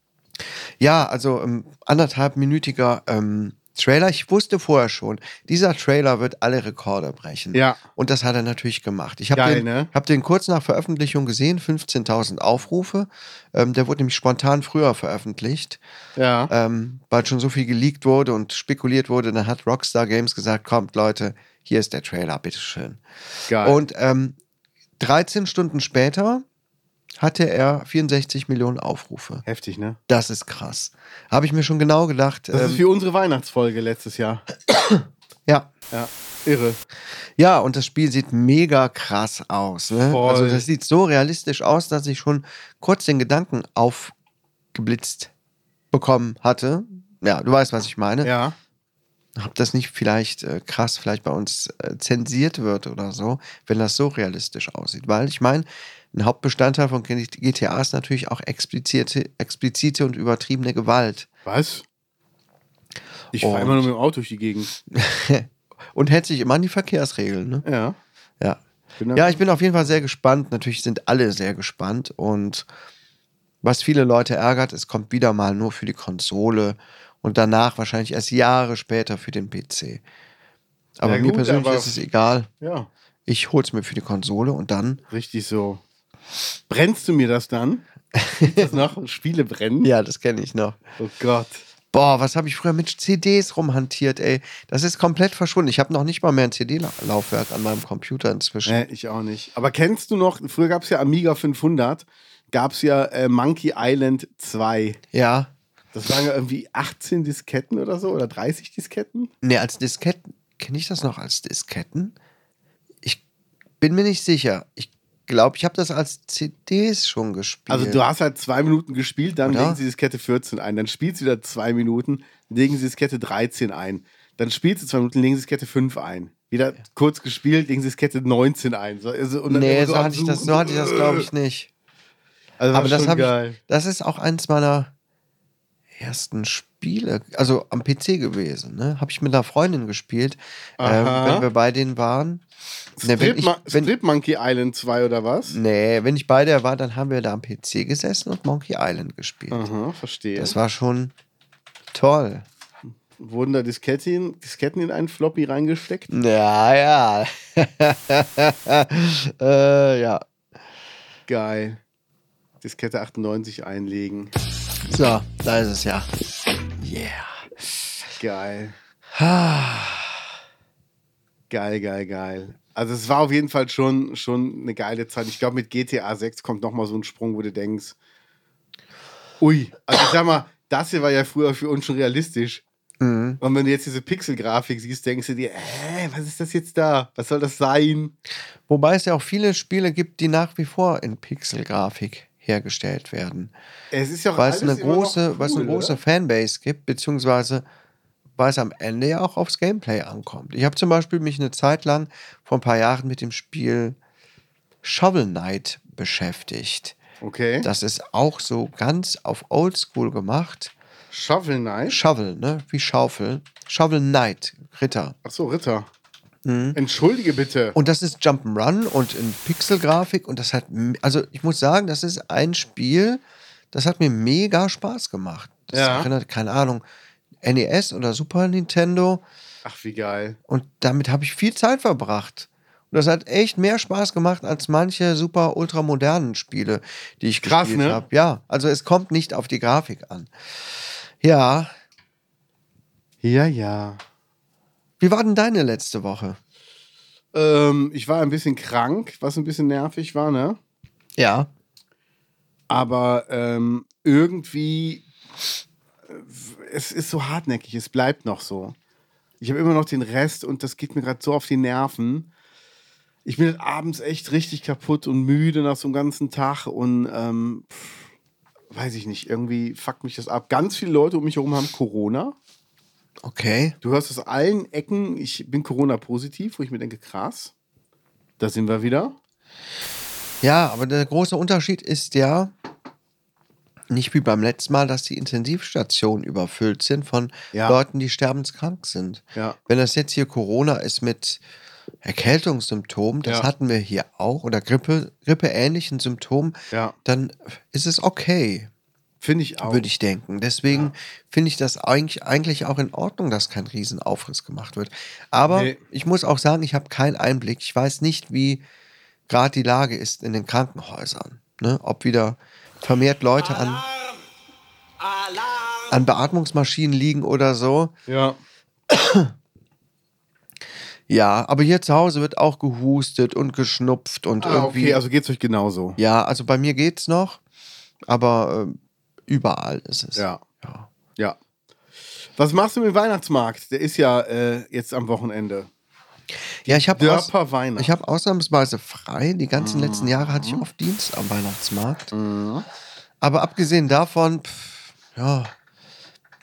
Speaker 3: Ja, also ähm, anderthalbminütiger ähm, Trailer. Ich wusste vorher schon, dieser Trailer wird alle Rekorde brechen.
Speaker 2: Ja.
Speaker 3: Und das hat er natürlich gemacht. Ich habe
Speaker 2: Geil,
Speaker 3: den,
Speaker 2: ne?
Speaker 3: hab den kurz nach Veröffentlichung gesehen, 15.000 Aufrufe. Ähm, der wurde nämlich spontan früher veröffentlicht,
Speaker 2: Ja.
Speaker 3: ähm, weil schon so viel geleakt wurde und spekuliert wurde. Dann hat Rockstar Games gesagt, kommt Leute, hier ist der Trailer, bitteschön.
Speaker 2: Geil.
Speaker 3: Und ähm, 13 Stunden später hatte er 64 Millionen Aufrufe.
Speaker 2: Heftig, ne?
Speaker 3: Das ist krass. Habe ich mir schon genau gedacht.
Speaker 2: Das
Speaker 3: ähm,
Speaker 2: ist wie unsere Weihnachtsfolge letztes Jahr.
Speaker 3: ja.
Speaker 2: Ja. Irre.
Speaker 3: ja, und das Spiel sieht mega krass aus. Ne?
Speaker 2: Voll.
Speaker 3: Also das sieht so realistisch aus, dass ich schon kurz den Gedanken aufgeblitzt bekommen hatte. Ja, du weißt, was ich meine.
Speaker 2: Ja.
Speaker 3: Ob das nicht vielleicht äh, krass vielleicht bei uns äh, zensiert wird oder so, wenn das so realistisch aussieht. Weil ich meine, ein Hauptbestandteil von GTA ist natürlich auch explizite, explizite und übertriebene Gewalt.
Speaker 2: Was? Ich fahre
Speaker 3: Und-
Speaker 2: immer nur mit dem Auto durch die Gegend.
Speaker 3: und hält sich immer an die Verkehrsregeln. Ne?
Speaker 2: Ja.
Speaker 3: Ja.
Speaker 2: Bin da-
Speaker 3: Ja, ich bin auf jeden Fall sehr gespannt. Natürlich sind alle sehr gespannt. Und was viele Leute ärgert, es kommt wieder mal nur für die Konsole und danach wahrscheinlich erst Jahre später für den PC. Aber
Speaker 2: Ja,
Speaker 3: mir
Speaker 2: gut,
Speaker 3: persönlich
Speaker 2: aber-
Speaker 3: ist es egal.
Speaker 2: ja.
Speaker 3: Ich hol's mir für die Konsole und dann.
Speaker 2: Richtig so. Brennst du mir das dann? Gibt's das noch? Spiele brennen?
Speaker 3: Ja, das kenne ich noch.
Speaker 2: Oh Gott.
Speaker 3: Boah, was habe ich früher mit CDs rumhantiert, ey. Das ist komplett verschwunden. Ich habe noch nicht mal mehr ein CD-Laufwerk an meinem Computer inzwischen.
Speaker 2: Nee, ich auch nicht. Aber kennst du noch, früher gab es ja Amiga 500, gab es ja äh, Monkey Island 2.
Speaker 3: Ja.
Speaker 2: Das waren ja irgendwie 18 Disketten oder so oder 30 Disketten.
Speaker 3: Nee, als Disketten. Kenne ich das noch als Disketten? Ich bin mir nicht sicher. Ich glaube, ich habe das als CDs schon gespielt.
Speaker 2: Also du hast halt zwei Minuten gespielt, dann
Speaker 3: Oder?
Speaker 2: legen sie Diskette 14 ein, dann spielst du wieder zwei Minuten, legen sie Diskette 13 ein, dann spielst du zwei Minuten, legen sie Diskette 5 ein. Wieder kurz gespielt, legen sie Diskette 19 ein. So, also, und dann
Speaker 3: nee,
Speaker 2: immer
Speaker 3: so hatte, ich das, so hatte ich das, glaube ich, nicht.
Speaker 2: Also,
Speaker 3: Aber das
Speaker 2: schon
Speaker 3: habe
Speaker 2: geil.
Speaker 3: ich. Das ist auch eins meiner ersten Spiele, also am PC gewesen. Ne? Habe ich mit einer Freundin gespielt, ähm,
Speaker 2: Aha.
Speaker 3: wenn wir bei denen waren. Nee, wenn
Speaker 2: Strip,
Speaker 3: ich,
Speaker 2: Mon-
Speaker 3: wenn,
Speaker 2: Strip Monkey Island 2 oder was?
Speaker 3: nee, wenn ich bei der war, dann haben wir da am PC gesessen und Monkey Island gespielt.
Speaker 2: Aha, verstehe.
Speaker 3: Das war schon toll.
Speaker 2: Wurden da Disketten, Disketten in einen Floppy reingesteckt?
Speaker 3: Ja, ja. äh, ja.
Speaker 2: Geil. Diskette 98 einlegen.
Speaker 3: So, da ist es ja. Yeah.
Speaker 2: Geil. Geil, geil, geil. Also es war auf jeden Fall schon, schon eine geile Zeit. Ich glaube, mit GTA 6 kommt nochmal so ein Sprung, wo du denkst, ui, also ich sag mal, das hier war ja früher für uns schon realistisch.
Speaker 3: Mhm.
Speaker 2: Und wenn du jetzt diese Pixelgrafik siehst, denkst du dir, hä, was ist das jetzt da? Was soll das sein?
Speaker 3: Wobei es ja auch viele Spiele gibt, die nach wie vor in Pixelgrafik hergestellt werden.
Speaker 2: Es ist ja auch
Speaker 3: Weil es
Speaker 2: alles
Speaker 3: eine
Speaker 2: immer noch
Speaker 3: große, weil es eine
Speaker 2: cool, ne?
Speaker 3: große
Speaker 2: oder?
Speaker 3: Fanbase gibt, beziehungsweise weil es am Ende ja auch aufs Gameplay ankommt. Ich habe zum Beispiel mich eine Zeit lang vor ein paar Jahren mit dem Spiel Shovel Knight beschäftigt.
Speaker 2: Okay.
Speaker 3: Das ist auch so ganz auf Oldschool gemacht.
Speaker 2: Shovel Knight.
Speaker 3: Shovel, ne? Wie Schaufel. Shovel Knight, Ritter.
Speaker 2: Achso, Ritter.
Speaker 3: Mhm.
Speaker 2: Entschuldige bitte.
Speaker 3: Und das ist Jump'n'Run und in Pixelgrafik und das hat, m- also ich muss sagen, das ist ein Spiel, das hat mir mega Spaß gemacht. Das
Speaker 2: Ja.
Speaker 3: erinnert, keine Ahnung, NES oder Super Nintendo
Speaker 2: Ach, wie geil.
Speaker 3: und damit habe ich viel Zeit verbracht. Und das hat echt mehr Spaß gemacht als manche super ultramodernen Spiele, die ich
Speaker 2: Krass,
Speaker 3: gespielt
Speaker 2: ne?
Speaker 3: habe. Ja, also es kommt nicht auf die Grafik an. Ja,
Speaker 2: Ja, ja.
Speaker 3: wie war denn deine letzte Woche?
Speaker 2: Ähm, ich war ein bisschen krank, was ein bisschen nervig war, ne?
Speaker 3: Ja.
Speaker 2: Aber ähm, irgendwie, äh, es ist so hartnäckig, es bleibt noch so. Ich habe immer noch den Rest und das geht mir gerade so auf die Nerven. Ich bin halt abends echt richtig kaputt und müde nach so einem ganzen Tag und ähm, pff, weiß ich nicht, irgendwie fuckt mich das ab. Ganz viele Leute um mich herum haben Corona.
Speaker 3: Okay.
Speaker 2: Du hörst aus allen Ecken, ich bin Corona-positiv, wo ich mir denke, krass, da sind wir wieder.
Speaker 3: Ja, aber der große Unterschied ist ja nicht wie beim letzten Mal, dass die Intensivstationen überfüllt sind von
Speaker 2: Ja.
Speaker 3: Leuten, die sterbenskrank sind.
Speaker 2: Ja.
Speaker 3: Wenn das jetzt hier Corona ist mit Erkältungssymptomen, das
Speaker 2: Ja.
Speaker 3: hatten wir hier auch, oder Grippe, grippeähnlichen Symptomen,
Speaker 2: Ja,
Speaker 3: dann ist es okay,
Speaker 2: finde ich auch.
Speaker 3: würde ich denken. Deswegen finde ich das eigentlich, eigentlich auch in Ordnung, dass kein Riesenaufriss gemacht wird. Aber
Speaker 2: Nee.
Speaker 3: ich muss auch sagen, ich habe keinen Einblick. Ich weiß nicht, wie gerade die Lage ist in den Krankenhäusern. Ne? Ob wieder vermehrt Leute an, an Beatmungsmaschinen liegen oder so.
Speaker 2: Ja.
Speaker 3: Ja, aber hier zu Hause wird auch gehustet und geschnupft und
Speaker 2: Ah,
Speaker 3: irgendwie.
Speaker 2: okay, also geht's euch genauso.
Speaker 3: ja, also bei mir geht's noch, aber ähm, überall ist es.
Speaker 2: Ja.
Speaker 3: ja.
Speaker 2: Ja. Was machst du mit dem Weihnachtsmarkt? Der ist ja äh, jetzt am Wochenende.
Speaker 3: Ja, ich habe aus,
Speaker 2: Dörper Weihnacht.
Speaker 3: ich hab ausnahmsweise frei. Die ganzen letzten Jahre hatte ich oft Dienst am Weihnachtsmarkt. Aber abgesehen davon, pff, ja,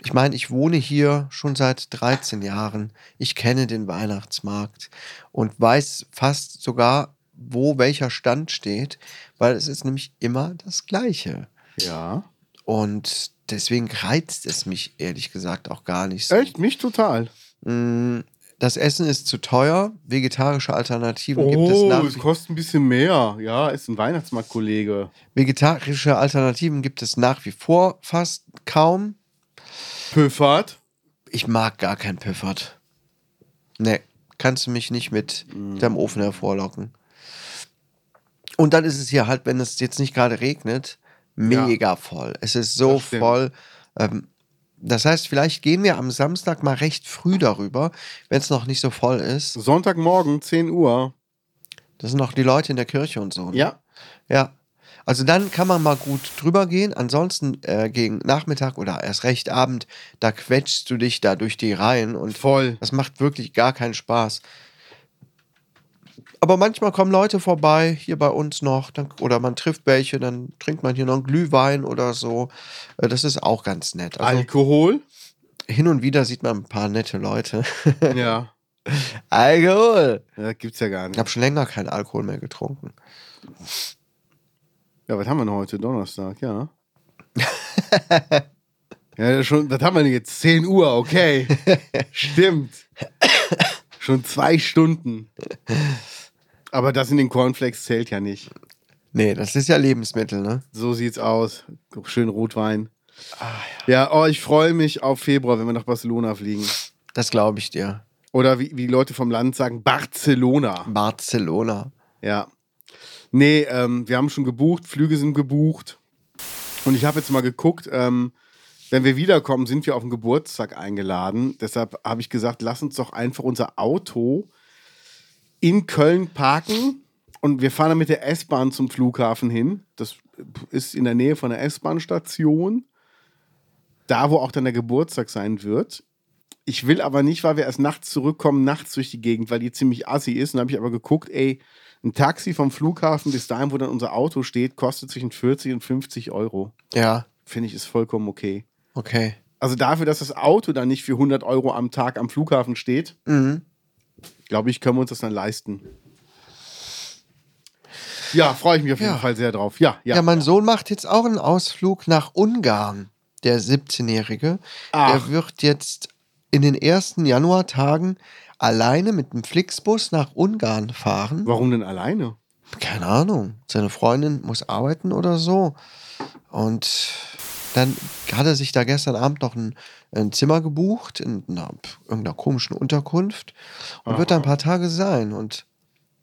Speaker 3: ich meine, ich wohne hier schon seit 13 Jahren. Ich kenne den Weihnachtsmarkt und weiß fast sogar, wo welcher Stand steht, weil es ist nämlich immer das Gleiche.
Speaker 2: ja.
Speaker 3: Und deswegen reizt es mich ehrlich gesagt auch gar nicht so.
Speaker 2: Echt? Mich total.
Speaker 3: Mm, Das Essen ist zu teuer. Vegetarische Alternativen gibt es
Speaker 2: Oh,
Speaker 3: nach wie
Speaker 2: kostet ein bisschen mehr. Ja, ist ein Weihnachtsmarktkollege.
Speaker 3: Vegetarische Alternativen gibt es nach wie vor fast kaum.
Speaker 2: Pöffert.
Speaker 3: Ich mag gar kein Piffert. Nee, kannst du mich nicht mit
Speaker 2: Mhm.
Speaker 3: deinem Ofen hervorlocken. Und dann ist es hier halt, wenn es jetzt nicht gerade regnet, mega voll. Es ist so
Speaker 2: Das stimmt.
Speaker 3: voll. Ähm, das heißt, vielleicht gehen wir am Samstag mal recht früh darüber, wenn es noch nicht so voll ist.
Speaker 2: Sonntagmorgen, 10 Uhr.
Speaker 3: Das sind noch die Leute in der Kirche und so. ne?
Speaker 2: Ja.
Speaker 3: Ja. Also dann kann man mal gut drüber gehen. Ansonsten äh, gegen Nachmittag oder erst recht Abend, da quetschst du dich da durch die Reihen und
Speaker 2: Voll.
Speaker 3: das macht wirklich gar keinen Spaß. Aber manchmal kommen Leute vorbei, hier bei uns noch, dann, oder man trifft welche, dann trinkt man hier noch einen Glühwein oder so. Äh, Das ist auch ganz nett. Also
Speaker 2: Alkohol.
Speaker 3: hin und wieder sieht man ein paar nette Leute.
Speaker 2: ja.
Speaker 3: Alkohol!
Speaker 2: ja. Gibt's ja gar
Speaker 3: Ich
Speaker 2: nicht.
Speaker 3: habe schon länger keinen Alkohol mehr getrunken.
Speaker 2: Ja, was haben wir denn heute? Donnerstag, ja. ja, schon, was haben wir denn jetzt? 10 Uhr, okay. Stimmt. schon zwei Stunden. Aber das in den Cornflakes zählt ja nicht.
Speaker 3: Nee, das ist ja Lebensmittel, ne?
Speaker 2: So sieht's aus. Schön Rotwein. ja. oh, ich freue mich auf Februar, wenn wir nach Barcelona fliegen.
Speaker 3: Das glaube ich dir.
Speaker 2: Oder wie, wie die Leute vom Land sagen, Barcelona.
Speaker 3: Barcelona.
Speaker 2: Ja. Nee, ähm, wir haben schon gebucht, Flüge sind gebucht. Und ich habe jetzt mal geguckt, ähm, wenn wir wiederkommen, sind wir auf den Geburtstag eingeladen. Deshalb habe ich gesagt, lass uns doch einfach unser Auto in Köln parken und wir fahren dann mit der S-Bahn zum Flughafen hin. Das ist in der Nähe von der S-Bahn-Station. da, wo auch dann der Geburtstag sein wird. Ich will aber nicht, weil wir erst nachts zurückkommen, nachts durch die Gegend, weil die ziemlich assi ist. Und habe ich aber geguckt, ey, ein Taxi vom Flughafen bis dahin, wo dann unser Auto steht, kostet zwischen 40 und 50 Euro.
Speaker 3: Ja,
Speaker 2: Finde ich ist vollkommen okay.
Speaker 3: okay.
Speaker 2: Also dafür, dass das Auto dann nicht für 100 Euro am Tag am Flughafen steht,
Speaker 3: Mhm.
Speaker 2: glaube ich, können wir uns das dann leisten. Ja, freue ich mich auf jeden
Speaker 3: Ja.
Speaker 2: Fall sehr drauf. Ja, ja.
Speaker 3: Ja. mein Sohn macht jetzt auch einen Ausflug nach Ungarn, der 17-Jährige.
Speaker 2: Ach.
Speaker 3: Der wird jetzt in den ersten Januartagen alleine mit dem Flixbus nach Ungarn fahren.
Speaker 2: Warum denn alleine?
Speaker 3: keine Ahnung, seine Freundin muss arbeiten oder so. Und dann hat er sich da gestern Abend noch ein, ein Zimmer gebucht in einer, irgendeiner komischen Unterkunft und wird da ein paar Tage sein und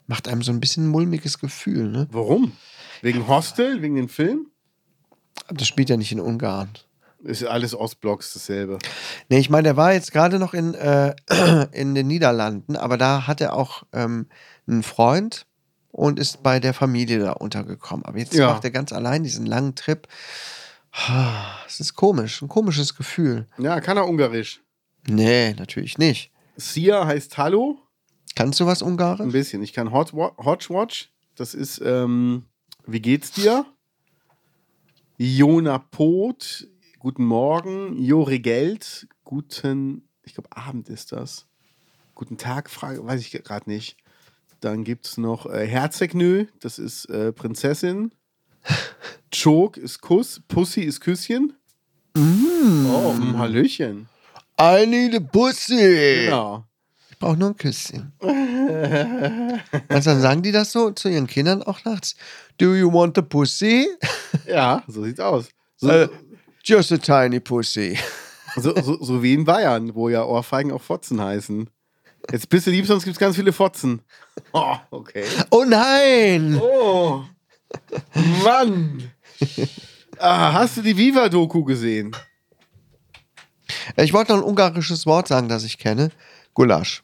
Speaker 3: macht einem so ein bisschen ein mulmiges Gefühl. Ne?
Speaker 2: Warum? Wegen Hostel? Wegen dem Film?
Speaker 3: Aber das spielt ja nicht in Ungarn.
Speaker 2: Ist ja alles Ostblocks dasselbe.
Speaker 3: Nee, ich meine, der war jetzt gerade noch in, äh, in den Niederlanden, aber da hat er auch ähm, einen Freund und ist bei der Familie da untergekommen. Aber jetzt
Speaker 2: Ja.
Speaker 3: macht er ganz allein diesen langen Trip. Es ist komisch, ein komisches Gefühl.
Speaker 2: Ja, kann er Ungarisch.
Speaker 3: Nee, natürlich nicht.
Speaker 2: Sia heißt Hallo.
Speaker 3: Kannst du was
Speaker 2: Ein
Speaker 3: Ungarisch?
Speaker 2: bisschen. Ich kann Hot Wa- Hotch Watch. Das ist, ähm, wie geht's dir? Jona Pot, guten Morgen. Jori Geld, guten, ich glaube, Abend ist das. Guten Tag, Frage, weiß ich gerade nicht. Dann gibt es noch äh, Herzegnö, das ist äh, Prinzessin. Chok ist Kuss, Pussy ist Küsschen. Oh, mm, Hallöchen.
Speaker 3: I need a pussy.
Speaker 2: Genau.
Speaker 3: Ich brauche nur ein Küsschen. und dann sagen die das so zu ihren Kindern auch nachts. Do you want a pussy?
Speaker 2: Ja, so sieht's aus. So,
Speaker 3: Äh, Just a tiny pussy.
Speaker 2: So, so, so wie in Bayern, wo ja Ohrfeigen auch Fotzen heißen. Jetzt bist du lieb, sonst gibt es ganz viele Fotzen. Oh, okay.
Speaker 3: Oh nein!
Speaker 2: Oh, Mann. Ah, hast du die Viva-Doku gesehen?
Speaker 3: Ich wollte noch ein ungarisches Wort sagen, das ich kenne. Gulasch.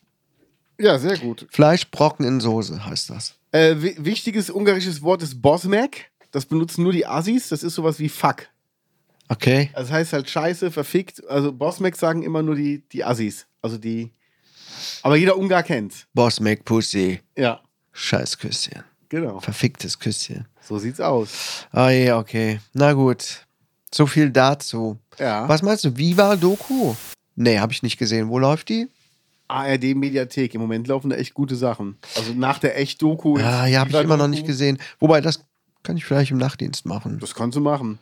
Speaker 2: Ja, sehr gut.
Speaker 3: Fleischbrocken in Soße heißt das.
Speaker 2: Äh, wi- wichtiges ungarisches Wort ist Bosmek. Das benutzen nur die Assis. Das ist sowas wie Fuck.
Speaker 3: Okay.
Speaker 2: Also das heißt halt Scheiße, verfickt. Also Bosmek sagen immer nur die, die Assis. Also die. Aber jeder Ungar kennt's.
Speaker 3: Boss make Pussy.
Speaker 2: Ja,
Speaker 3: Scheiß Küsschen.
Speaker 2: genau.
Speaker 3: Verficktes Küsschen.
Speaker 2: So sieht's aus.
Speaker 3: Ah je, okay. Na gut. So viel dazu.
Speaker 2: Ja.
Speaker 3: Was meinst du? Viva Doku? Nee, habe ich nicht gesehen. Wo läuft die?
Speaker 2: ARD Mediathek. Im Moment laufen da echt gute Sachen. Also nach der Echt-Doku. jetzt
Speaker 3: Ah, ja, habe ich
Speaker 2: Viva
Speaker 3: immer noch
Speaker 2: Doku.
Speaker 3: nicht gesehen. Wobei, das kann ich vielleicht im Nachtdienst machen.
Speaker 2: Das kannst du machen.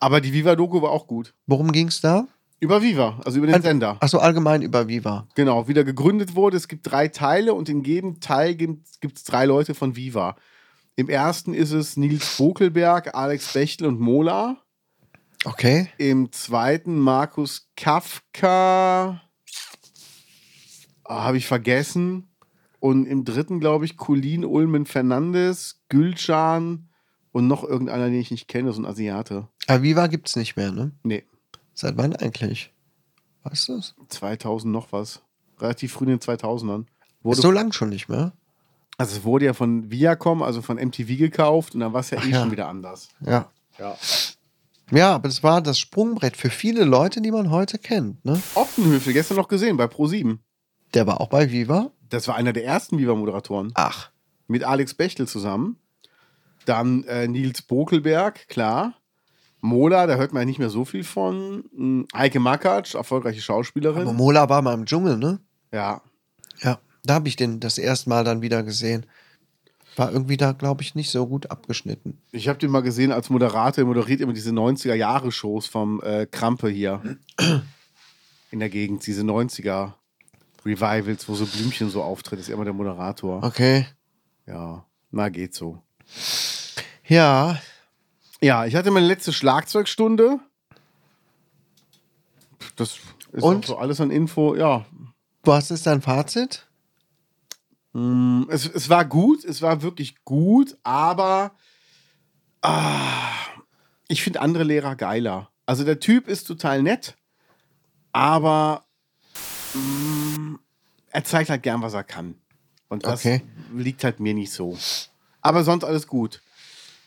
Speaker 2: Aber die Viva-Doku war auch gut.
Speaker 3: Worum ging's da?
Speaker 2: Über Viva, also über den Sender.
Speaker 3: Achso, allgemein über Viva.
Speaker 2: Genau, wieder gegründet wurde. Es gibt drei Teile und in jedem Teil gibt es drei Leute von Viva. Im ersten ist es Nils Bokelberg, Alex Bechtel und Mola.
Speaker 3: Okay.
Speaker 2: Im zweiten Markus Kafka. Ah, Habe ich vergessen. Und im dritten, glaube ich, Colin Ulmen Fernandes, Gülcan und noch irgendeiner, den ich nicht kenne, so ein Asiate.
Speaker 3: Aber Viva gibt's nicht mehr, ne?
Speaker 2: Nee,
Speaker 3: Seit wann eigentlich? Weißt du das?
Speaker 2: 2000 noch was. Relativ früh in den 2000ern.
Speaker 3: Ist
Speaker 2: Wurde,
Speaker 3: so lang schon nicht mehr.
Speaker 2: also es wurde ja von Viacom, also von MTV gekauft und dann war es ja eh
Speaker 3: ja.
Speaker 2: schon wieder anders.
Speaker 3: Ja.
Speaker 2: Ja.
Speaker 3: Ja, aber das war das Sprungbrett für viele Leute, die man heute kennt. Ne?
Speaker 2: Optenhöfel, gestern noch gesehen bei Pro7.
Speaker 3: Der war auch bei Viva.
Speaker 2: Das war einer der ersten Viva-Moderatoren.
Speaker 3: Ach.
Speaker 2: mit Alex Bechtel zusammen. Dann äh, Nils Bokelberg, klar. Mola, da hört man ja nicht mehr so viel von. Hm, Heike Makatsch, erfolgreiche
Speaker 3: Aber
Speaker 2: Schauspielerin.
Speaker 3: Mola war mal im Dschungel, ne?
Speaker 2: Ja.
Speaker 3: Ja. Da habe ich den das erste Mal dann wieder gesehen. War irgendwie da, glaube ich, nicht so gut abgeschnitten.
Speaker 2: Ich habe den mal gesehen als Moderator, der moderiert immer diese 90er-Jahre-Shows vom äh, Krampe hier in der Gegend, diese 90er-Revivals, wo so Blümchen so auftritt, ist immer der Moderator.
Speaker 3: Okay.
Speaker 2: Ja, na geht so.
Speaker 3: Ja.
Speaker 2: Ja, ich hatte meine letzte Schlagzeugstunde. Das ist
Speaker 3: Und?
Speaker 2: auch so alles an Info. Ja,
Speaker 3: Was ist dein Fazit?
Speaker 2: Mm, Es, es war gut, es war wirklich gut, aber ah, ich finde andere Lehrer geiler. Also der Typ ist total nett, aber mm, er zeigt halt gern, was er kann. Und das
Speaker 3: Okay.
Speaker 2: liegt halt mir nicht so. Aber sonst alles gut.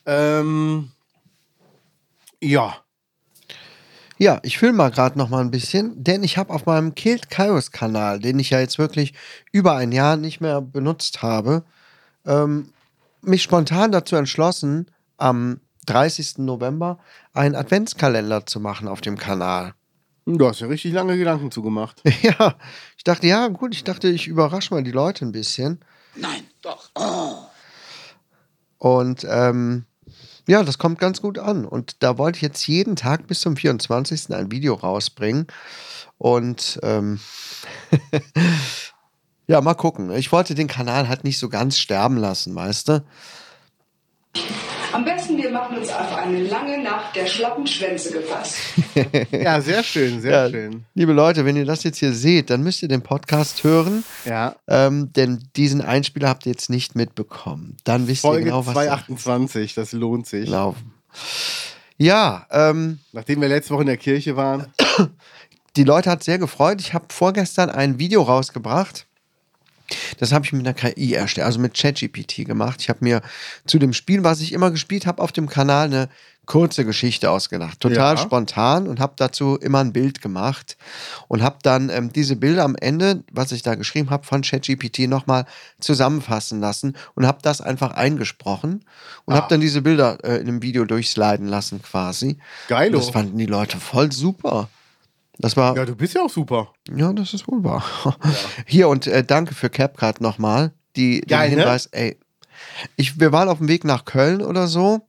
Speaker 2: Ähm, ja,
Speaker 3: Ja, ich filme mal gerade noch mal ein bisschen, denn ich habe auf meinem Kilt Kairos Kanal, den ich ja jetzt wirklich über ein Jahr nicht mehr benutzt habe, ähm, mich spontan dazu entschlossen, am 30. November einen Adventskalender zu machen auf dem Kanal.
Speaker 2: Du hast ja richtig lange Gedanken zugemacht.
Speaker 3: Ja, ich dachte, ja, gut, ich dachte, ich überrasche mal die Leute ein bisschen.
Speaker 6: Nein, doch.
Speaker 3: Und ähm, ja, das kommt ganz gut an. Und da wollte ich jetzt jeden Tag bis zum 24. ein Video rausbringen. Und ähm, ja, mal gucken. Ich wollte den Kanal halt nicht so ganz sterben lassen, weißt du?
Speaker 7: Am besten, wir machen uns auf eine lange Nacht der schlappen Schwänze gefasst.
Speaker 2: Ja, sehr schön, sehr
Speaker 3: Ja.
Speaker 2: schön.
Speaker 3: Liebe Leute, wenn ihr das jetzt hier seht, dann müsst ihr den Podcast hören.
Speaker 2: Ja.
Speaker 3: Ähm, denn diesen Einspieler habt ihr jetzt nicht mitbekommen. Dann wisst ihr
Speaker 2: Folge
Speaker 3: genau, was Genau. da
Speaker 2: 228, das lohnt sich.
Speaker 3: laufen. Ja, ähm,
Speaker 2: Nachdem wir letzte Woche in der Kirche waren.
Speaker 3: die Leute hat sehr gefreut. Ich habe vorgestern ein Video rausgebracht. Das habe ich mit einer KI erstellt, also mit ChatGPT gemacht. Ich habe mir zu dem Spiel, was ich immer gespielt habe, auf dem Kanal eine kurze Geschichte ausgedacht. Total
Speaker 2: Ja.
Speaker 3: spontan und habe dazu immer ein Bild gemacht und habe dann ähm, diese Bilder am Ende, was ich da geschrieben habe, von ChatGPT nochmal zusammenfassen lassen und habe das einfach eingesprochen und habe dann diese Bilder äh, in einem Video durchsliden lassen quasi.
Speaker 2: Geilo.
Speaker 3: Das fanden die Leute voll super. Das war
Speaker 2: Ja, du bist ja auch super.
Speaker 3: ja, das ist wohl wahr. Hier und äh, danke für CapCut nochmal. Die,
Speaker 2: Geil,
Speaker 3: den
Speaker 2: ne?
Speaker 3: Hinweis, ey. Ich, wir waren auf dem Weg nach Köln oder so.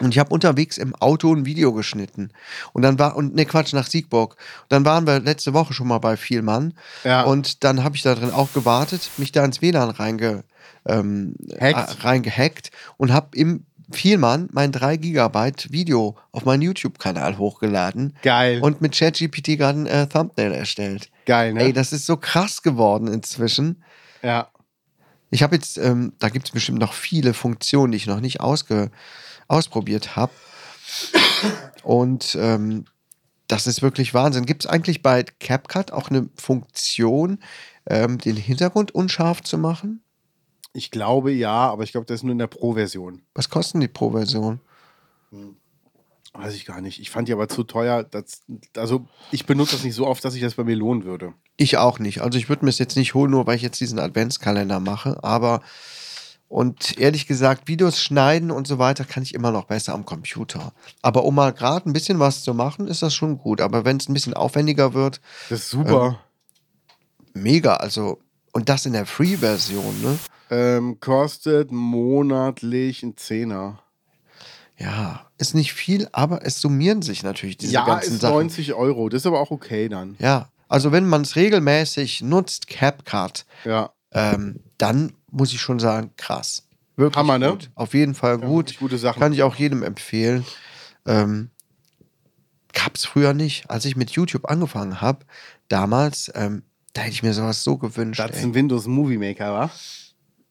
Speaker 3: Und ich habe unterwegs im Auto ein Video geschnitten. Und dann war, und ne Quatsch, nach Siegburg. dann waren wir letzte Woche schon mal bei Vielmann.
Speaker 2: Ja.
Speaker 3: Und dann habe ich da drin auch gewartet, mich da ins WLAN reinge, ähm,
Speaker 2: Hackt.
Speaker 3: äh, reingehackt und habe im Vielmann mein 3 Gigabyte Video auf meinen YouTube-Kanal hochgeladen.
Speaker 2: Geil.
Speaker 3: Und mit ChatGPT gerade ein äh, Thumbnail erstellt.
Speaker 2: Geil, ne?
Speaker 3: Ey, das ist so krass geworden inzwischen.
Speaker 2: ja.
Speaker 3: Ich habe jetzt, ähm, da gibt es bestimmt noch viele Funktionen, die ich noch nicht ausge ausprobiert habe. Und ähm, das ist wirklich Wahnsinn. Gibt es eigentlich bei CapCut auch eine Funktion, ähm, den Hintergrund unscharf zu machen?
Speaker 2: Ich glaube ja, aber ich glaube, das ist nur in der Pro-Version.
Speaker 3: Was kosten die Pro-Version?
Speaker 2: Weiß ich gar nicht. Ich fand die aber zu teuer. dass- also, ich benutze das nicht so oft, dass ich das bei mir lohnen würde.
Speaker 3: Ich auch nicht. Also ich würde mir es jetzt nicht holen, nur weil ich jetzt diesen Adventskalender mache. Aber und ehrlich gesagt, Videos schneiden und so weiter kann ich immer noch besser am Computer. Aber um mal gerade ein bisschen was zu machen, ist das schon gut. Aber wenn es ein bisschen aufwendiger wird,
Speaker 2: Das ist super.
Speaker 3: mega. Also und das in der Free-Version, ne?
Speaker 2: Ähm, kostet monatlich einen Zehner.
Speaker 3: Ja, ist nicht viel, aber es summieren sich natürlich diese
Speaker 2: ja,
Speaker 3: ganzen
Speaker 2: ist
Speaker 3: Sachen.
Speaker 2: 90 Euro. Das ist aber auch okay dann.
Speaker 3: Ja, also wenn man es regelmäßig nutzt, CapCut,
Speaker 2: Ja.
Speaker 3: ähm, dann muss ich schon sagen, krass. Wirklich
Speaker 2: Hammer, ne?
Speaker 3: gut. Auf jeden Fall
Speaker 2: Ja,
Speaker 3: gut.
Speaker 2: wirklich Gute Sachen.
Speaker 3: Kann ich auch jedem empfehlen. Ähm, Gab es früher nicht. Als ich mit YouTube angefangen habe, damals, ähm, da hätte ich mir sowas so gewünscht.
Speaker 2: das ist
Speaker 3: Ey.
Speaker 2: ein Windows Movie Maker, wa?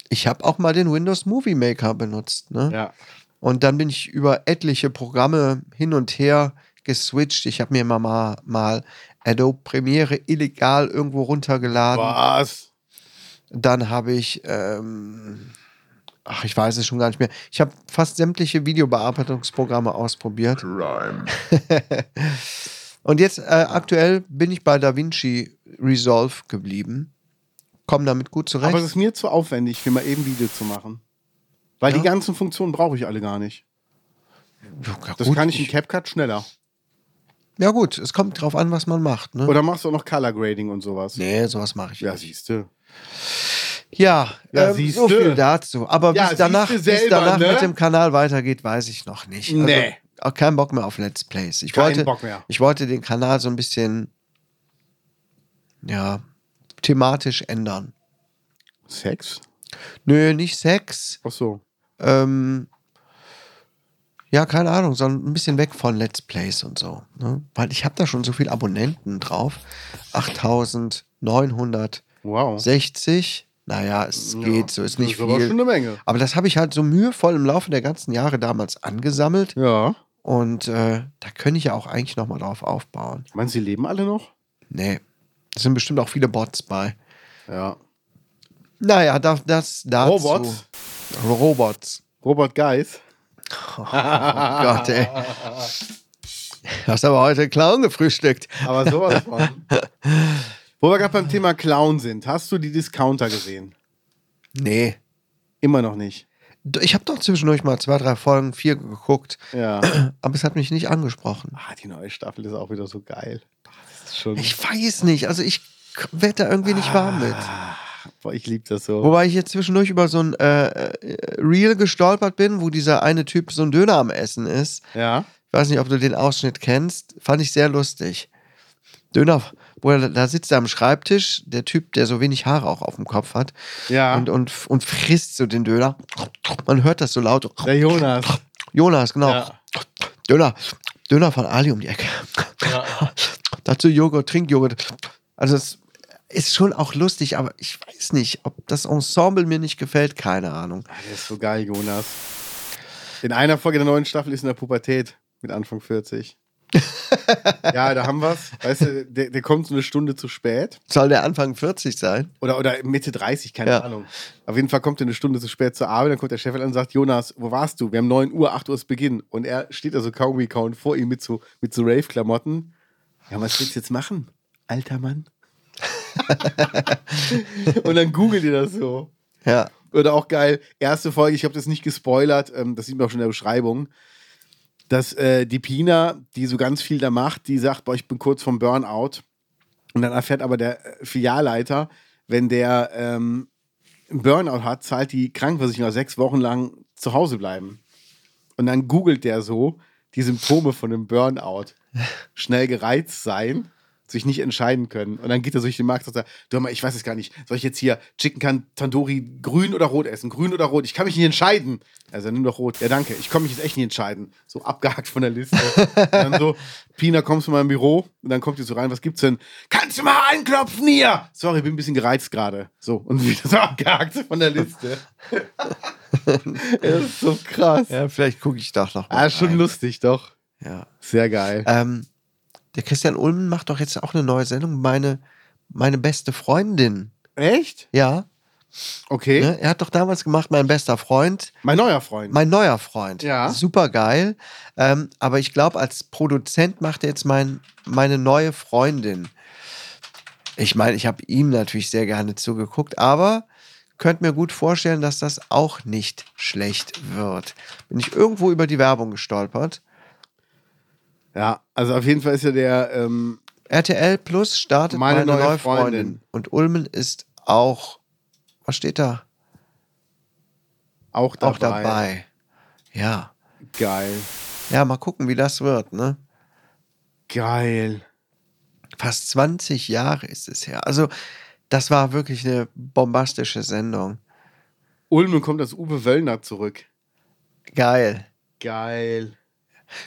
Speaker 3: Ich habe auch mal den Windows Movie Maker benutzt. Ne?
Speaker 2: Ja.
Speaker 3: Und dann bin ich über etliche Programme hin und her geswitcht. Ich habe mir mal, mal, mal Adobe Premiere illegal irgendwo runtergeladen.
Speaker 2: Was?
Speaker 3: Dann habe ich, ähm, ach, ich weiß es schon gar nicht mehr. Ich habe fast sämtliche Videobearbeitungsprogramme ausprobiert. Und jetzt äh, aktuell bin ich bei DaVinci Resolve geblieben. Komme damit gut zurecht.
Speaker 2: Aber es ist mir zu aufwendig, für mal eben Video zu machen. Weil
Speaker 3: Ja.
Speaker 2: die ganzen Funktionen brauche ich alle gar nicht.
Speaker 3: ja,
Speaker 2: Das
Speaker 3: gut,
Speaker 2: kann ich in CapCut schneller.
Speaker 3: ja gut, es kommt drauf an, was man macht. Ne?
Speaker 2: Oder machst du auch noch Color Grading und sowas?
Speaker 3: nee, sowas mache ich
Speaker 2: Ja,
Speaker 3: nicht.
Speaker 2: siehst du.
Speaker 3: Ja,
Speaker 2: Ja,
Speaker 3: ähm,
Speaker 2: siehst
Speaker 3: so
Speaker 2: du.
Speaker 3: viel dazu. Aber
Speaker 2: Ja,
Speaker 3: wie es danach,
Speaker 2: siehst du
Speaker 3: wie es
Speaker 2: selber,
Speaker 3: danach
Speaker 2: ne?
Speaker 3: mit dem Kanal weitergeht, weiß ich noch nicht.
Speaker 2: Nee.
Speaker 3: Auch keinen Bock mehr auf Let's Plays. Ich
Speaker 2: Keinen
Speaker 3: wollte,
Speaker 2: Bock mehr.
Speaker 3: Ich wollte den Kanal so ein bisschen, ja, thematisch ändern.
Speaker 2: Sex?
Speaker 3: Nö, nicht Sex.
Speaker 2: Ach so.
Speaker 3: Ähm, ja, keine Ahnung, sondern ein bisschen weg von Let's Plays und so. Ne? Weil ich habe da schon so viele Abonnenten drauf. 8960.
Speaker 2: Wow.
Speaker 3: Naja, es
Speaker 2: Ja,
Speaker 3: geht so, ist nicht
Speaker 2: das ist aber
Speaker 3: viel.
Speaker 2: schon eine Menge.
Speaker 3: Aber das habe ich halt so mühevoll im Laufe der ganzen Jahre damals angesammelt.
Speaker 2: Ja.
Speaker 3: Und äh, da könnte ich ja auch eigentlich nochmal drauf aufbauen.
Speaker 2: Meinst du, sie leben alle noch?
Speaker 3: Nee, es sind bestimmt auch viele Bots bei.
Speaker 2: Ja.
Speaker 3: Naja, das, das dazu.
Speaker 2: Robots?
Speaker 3: Robots.
Speaker 2: Robert Geis?
Speaker 3: Gott, ey. Hast aber heute Clown gefrühstückt.
Speaker 2: Aber sowas von. Wo wir gerade beim Thema Clown sind, hast du die Discounter gesehen?
Speaker 3: Nee.
Speaker 2: Immer noch nicht.
Speaker 3: Ich habe doch zwischendurch mal zwei, drei Folgen, vier geguckt,
Speaker 2: Ja.
Speaker 3: aber es hat mich nicht angesprochen.
Speaker 2: Ah, die neue Staffel ist auch wieder so geil. Das ist schon.
Speaker 3: Ich weiß nicht, also ich werde da irgendwie nicht warm mit.
Speaker 2: Boah, ich liebe das so.
Speaker 3: Wobei ich jetzt zwischendurch über so ein äh, äh, Reel gestolpert bin, wo dieser eine Typ so ein Döner am Essen ist.
Speaker 2: Ja.
Speaker 3: Ich weiß nicht, ob du den Ausschnitt kennst. Fand ich sehr lustig. Döner, wo er da sitzt er am Schreibtisch, der Typ, der so wenig Haare auch auf dem Kopf hat,
Speaker 2: Ja.
Speaker 3: und, und, und frisst so den Döner. Man hört das so laut.
Speaker 2: Der Jonas.
Speaker 3: Jonas, genau.
Speaker 2: Ja.
Speaker 3: Döner. Döner von Ali um die Ecke. Dazu Joghurt, Trinkjoghurt. Also es ist schon auch lustig, aber ich weiß nicht, ob das Ensemble mir nicht gefällt, keine Ahnung.
Speaker 2: Ah, Der ist so geil, Jonas. In einer Folge der neuen Staffel ist in der Pubertät mit Anfang 40. ja, da haben wir's. Weißt du, der, der kommt so eine Stunde zu spät.
Speaker 3: Soll der Anfang 40 sein?
Speaker 2: Oder, oder Mitte 30, keine
Speaker 3: Ja.
Speaker 2: Ahnung. Auf jeden Fall kommt er eine Stunde zu spät zur Arbeit, dann kommt der Chef an und sagt, Jonas, wo warst du? Wir haben 9 Uhr, 8 Uhr ist Beginn. Und er steht da so kaum wie kaum vor ihm mit so, mit so Rave-Klamotten. Ja, was willst du jetzt machen, alter Mann? und dann googelt ihr das so.
Speaker 3: Ja.
Speaker 2: Oder auch geil, erste Folge, ich habe das nicht gespoilert, ähm, das sieht man auch schon in der Beschreibung, dass äh, die Pina, die so ganz viel da macht, die sagt, boah, ich bin kurz vom Burnout. Und dann erfährt aber der äh, Filialleiter, wenn der ähm, einen Burnout hat, zahlt die Krankenversicherung also sechs Wochen lang zu Hause bleiben. Und dann googelt der so die Symptome von einem Burnout. Schnell gereizt sein, sich nicht entscheiden können. Und dann geht er so durch den Markt und sagt, du hör mal, ich weiß es gar nicht, soll ich jetzt hier Chicken Can Tandoori grün oder rot essen? Grün oder rot? Ich kann mich nicht entscheiden. Also nimm doch rot. Ja, danke. Ich komme mich jetzt echt nicht entscheiden. So abgehakt von der Liste. und dann so, Pina, kommst du mal im Büro? Und dann kommt die so rein, was gibt's denn? Kannst du mal anklopfen hier? Sorry, bin ein bisschen gereizt gerade. So, und wieder so abgehakt von der Liste. das ist so krass.
Speaker 3: Ja, vielleicht gucke ich doch noch. mal
Speaker 2: Ah, schon
Speaker 3: rein.
Speaker 2: lustig, doch.
Speaker 3: Ja.
Speaker 2: Sehr geil.
Speaker 3: Ähm, der Christian Ulmen macht doch jetzt auch eine neue Sendung, meine, meine beste Freundin.
Speaker 2: Äh, Echt?
Speaker 3: Ja.
Speaker 2: Okay.
Speaker 3: Ne? Er hat doch damals gemacht, mein bester Freund.
Speaker 2: Mein neuer Freund.
Speaker 3: Mein neuer Freund.
Speaker 2: Ja.
Speaker 3: Super geil. Ähm, aber ich glaube, als Produzent macht er jetzt mein, meine neue Freundin. Ich meine, ich habe ihm natürlich sehr gerne zugeguckt, aber könnte mir gut vorstellen, dass das auch nicht schlecht wird. Bin ich irgendwo über die Werbung gestolpert.
Speaker 2: ja, also auf jeden Fall ist ja der. Ähm,
Speaker 3: RTL Plus startet meine, neue, Freundin.
Speaker 2: Freundin.
Speaker 3: Und Ulmen ist auch, was steht da?
Speaker 2: Auch dabei.
Speaker 3: Auch dabei. Ja.
Speaker 2: Geil.
Speaker 3: Ja, mal gucken, wie das wird, ne?
Speaker 2: Geil.
Speaker 3: fast 20 Jahre ist es her. Also, das war wirklich eine bombastische Sendung.
Speaker 2: Ulm und kommt das Uwe Wöllner zurück.
Speaker 3: Geil.
Speaker 2: Geil.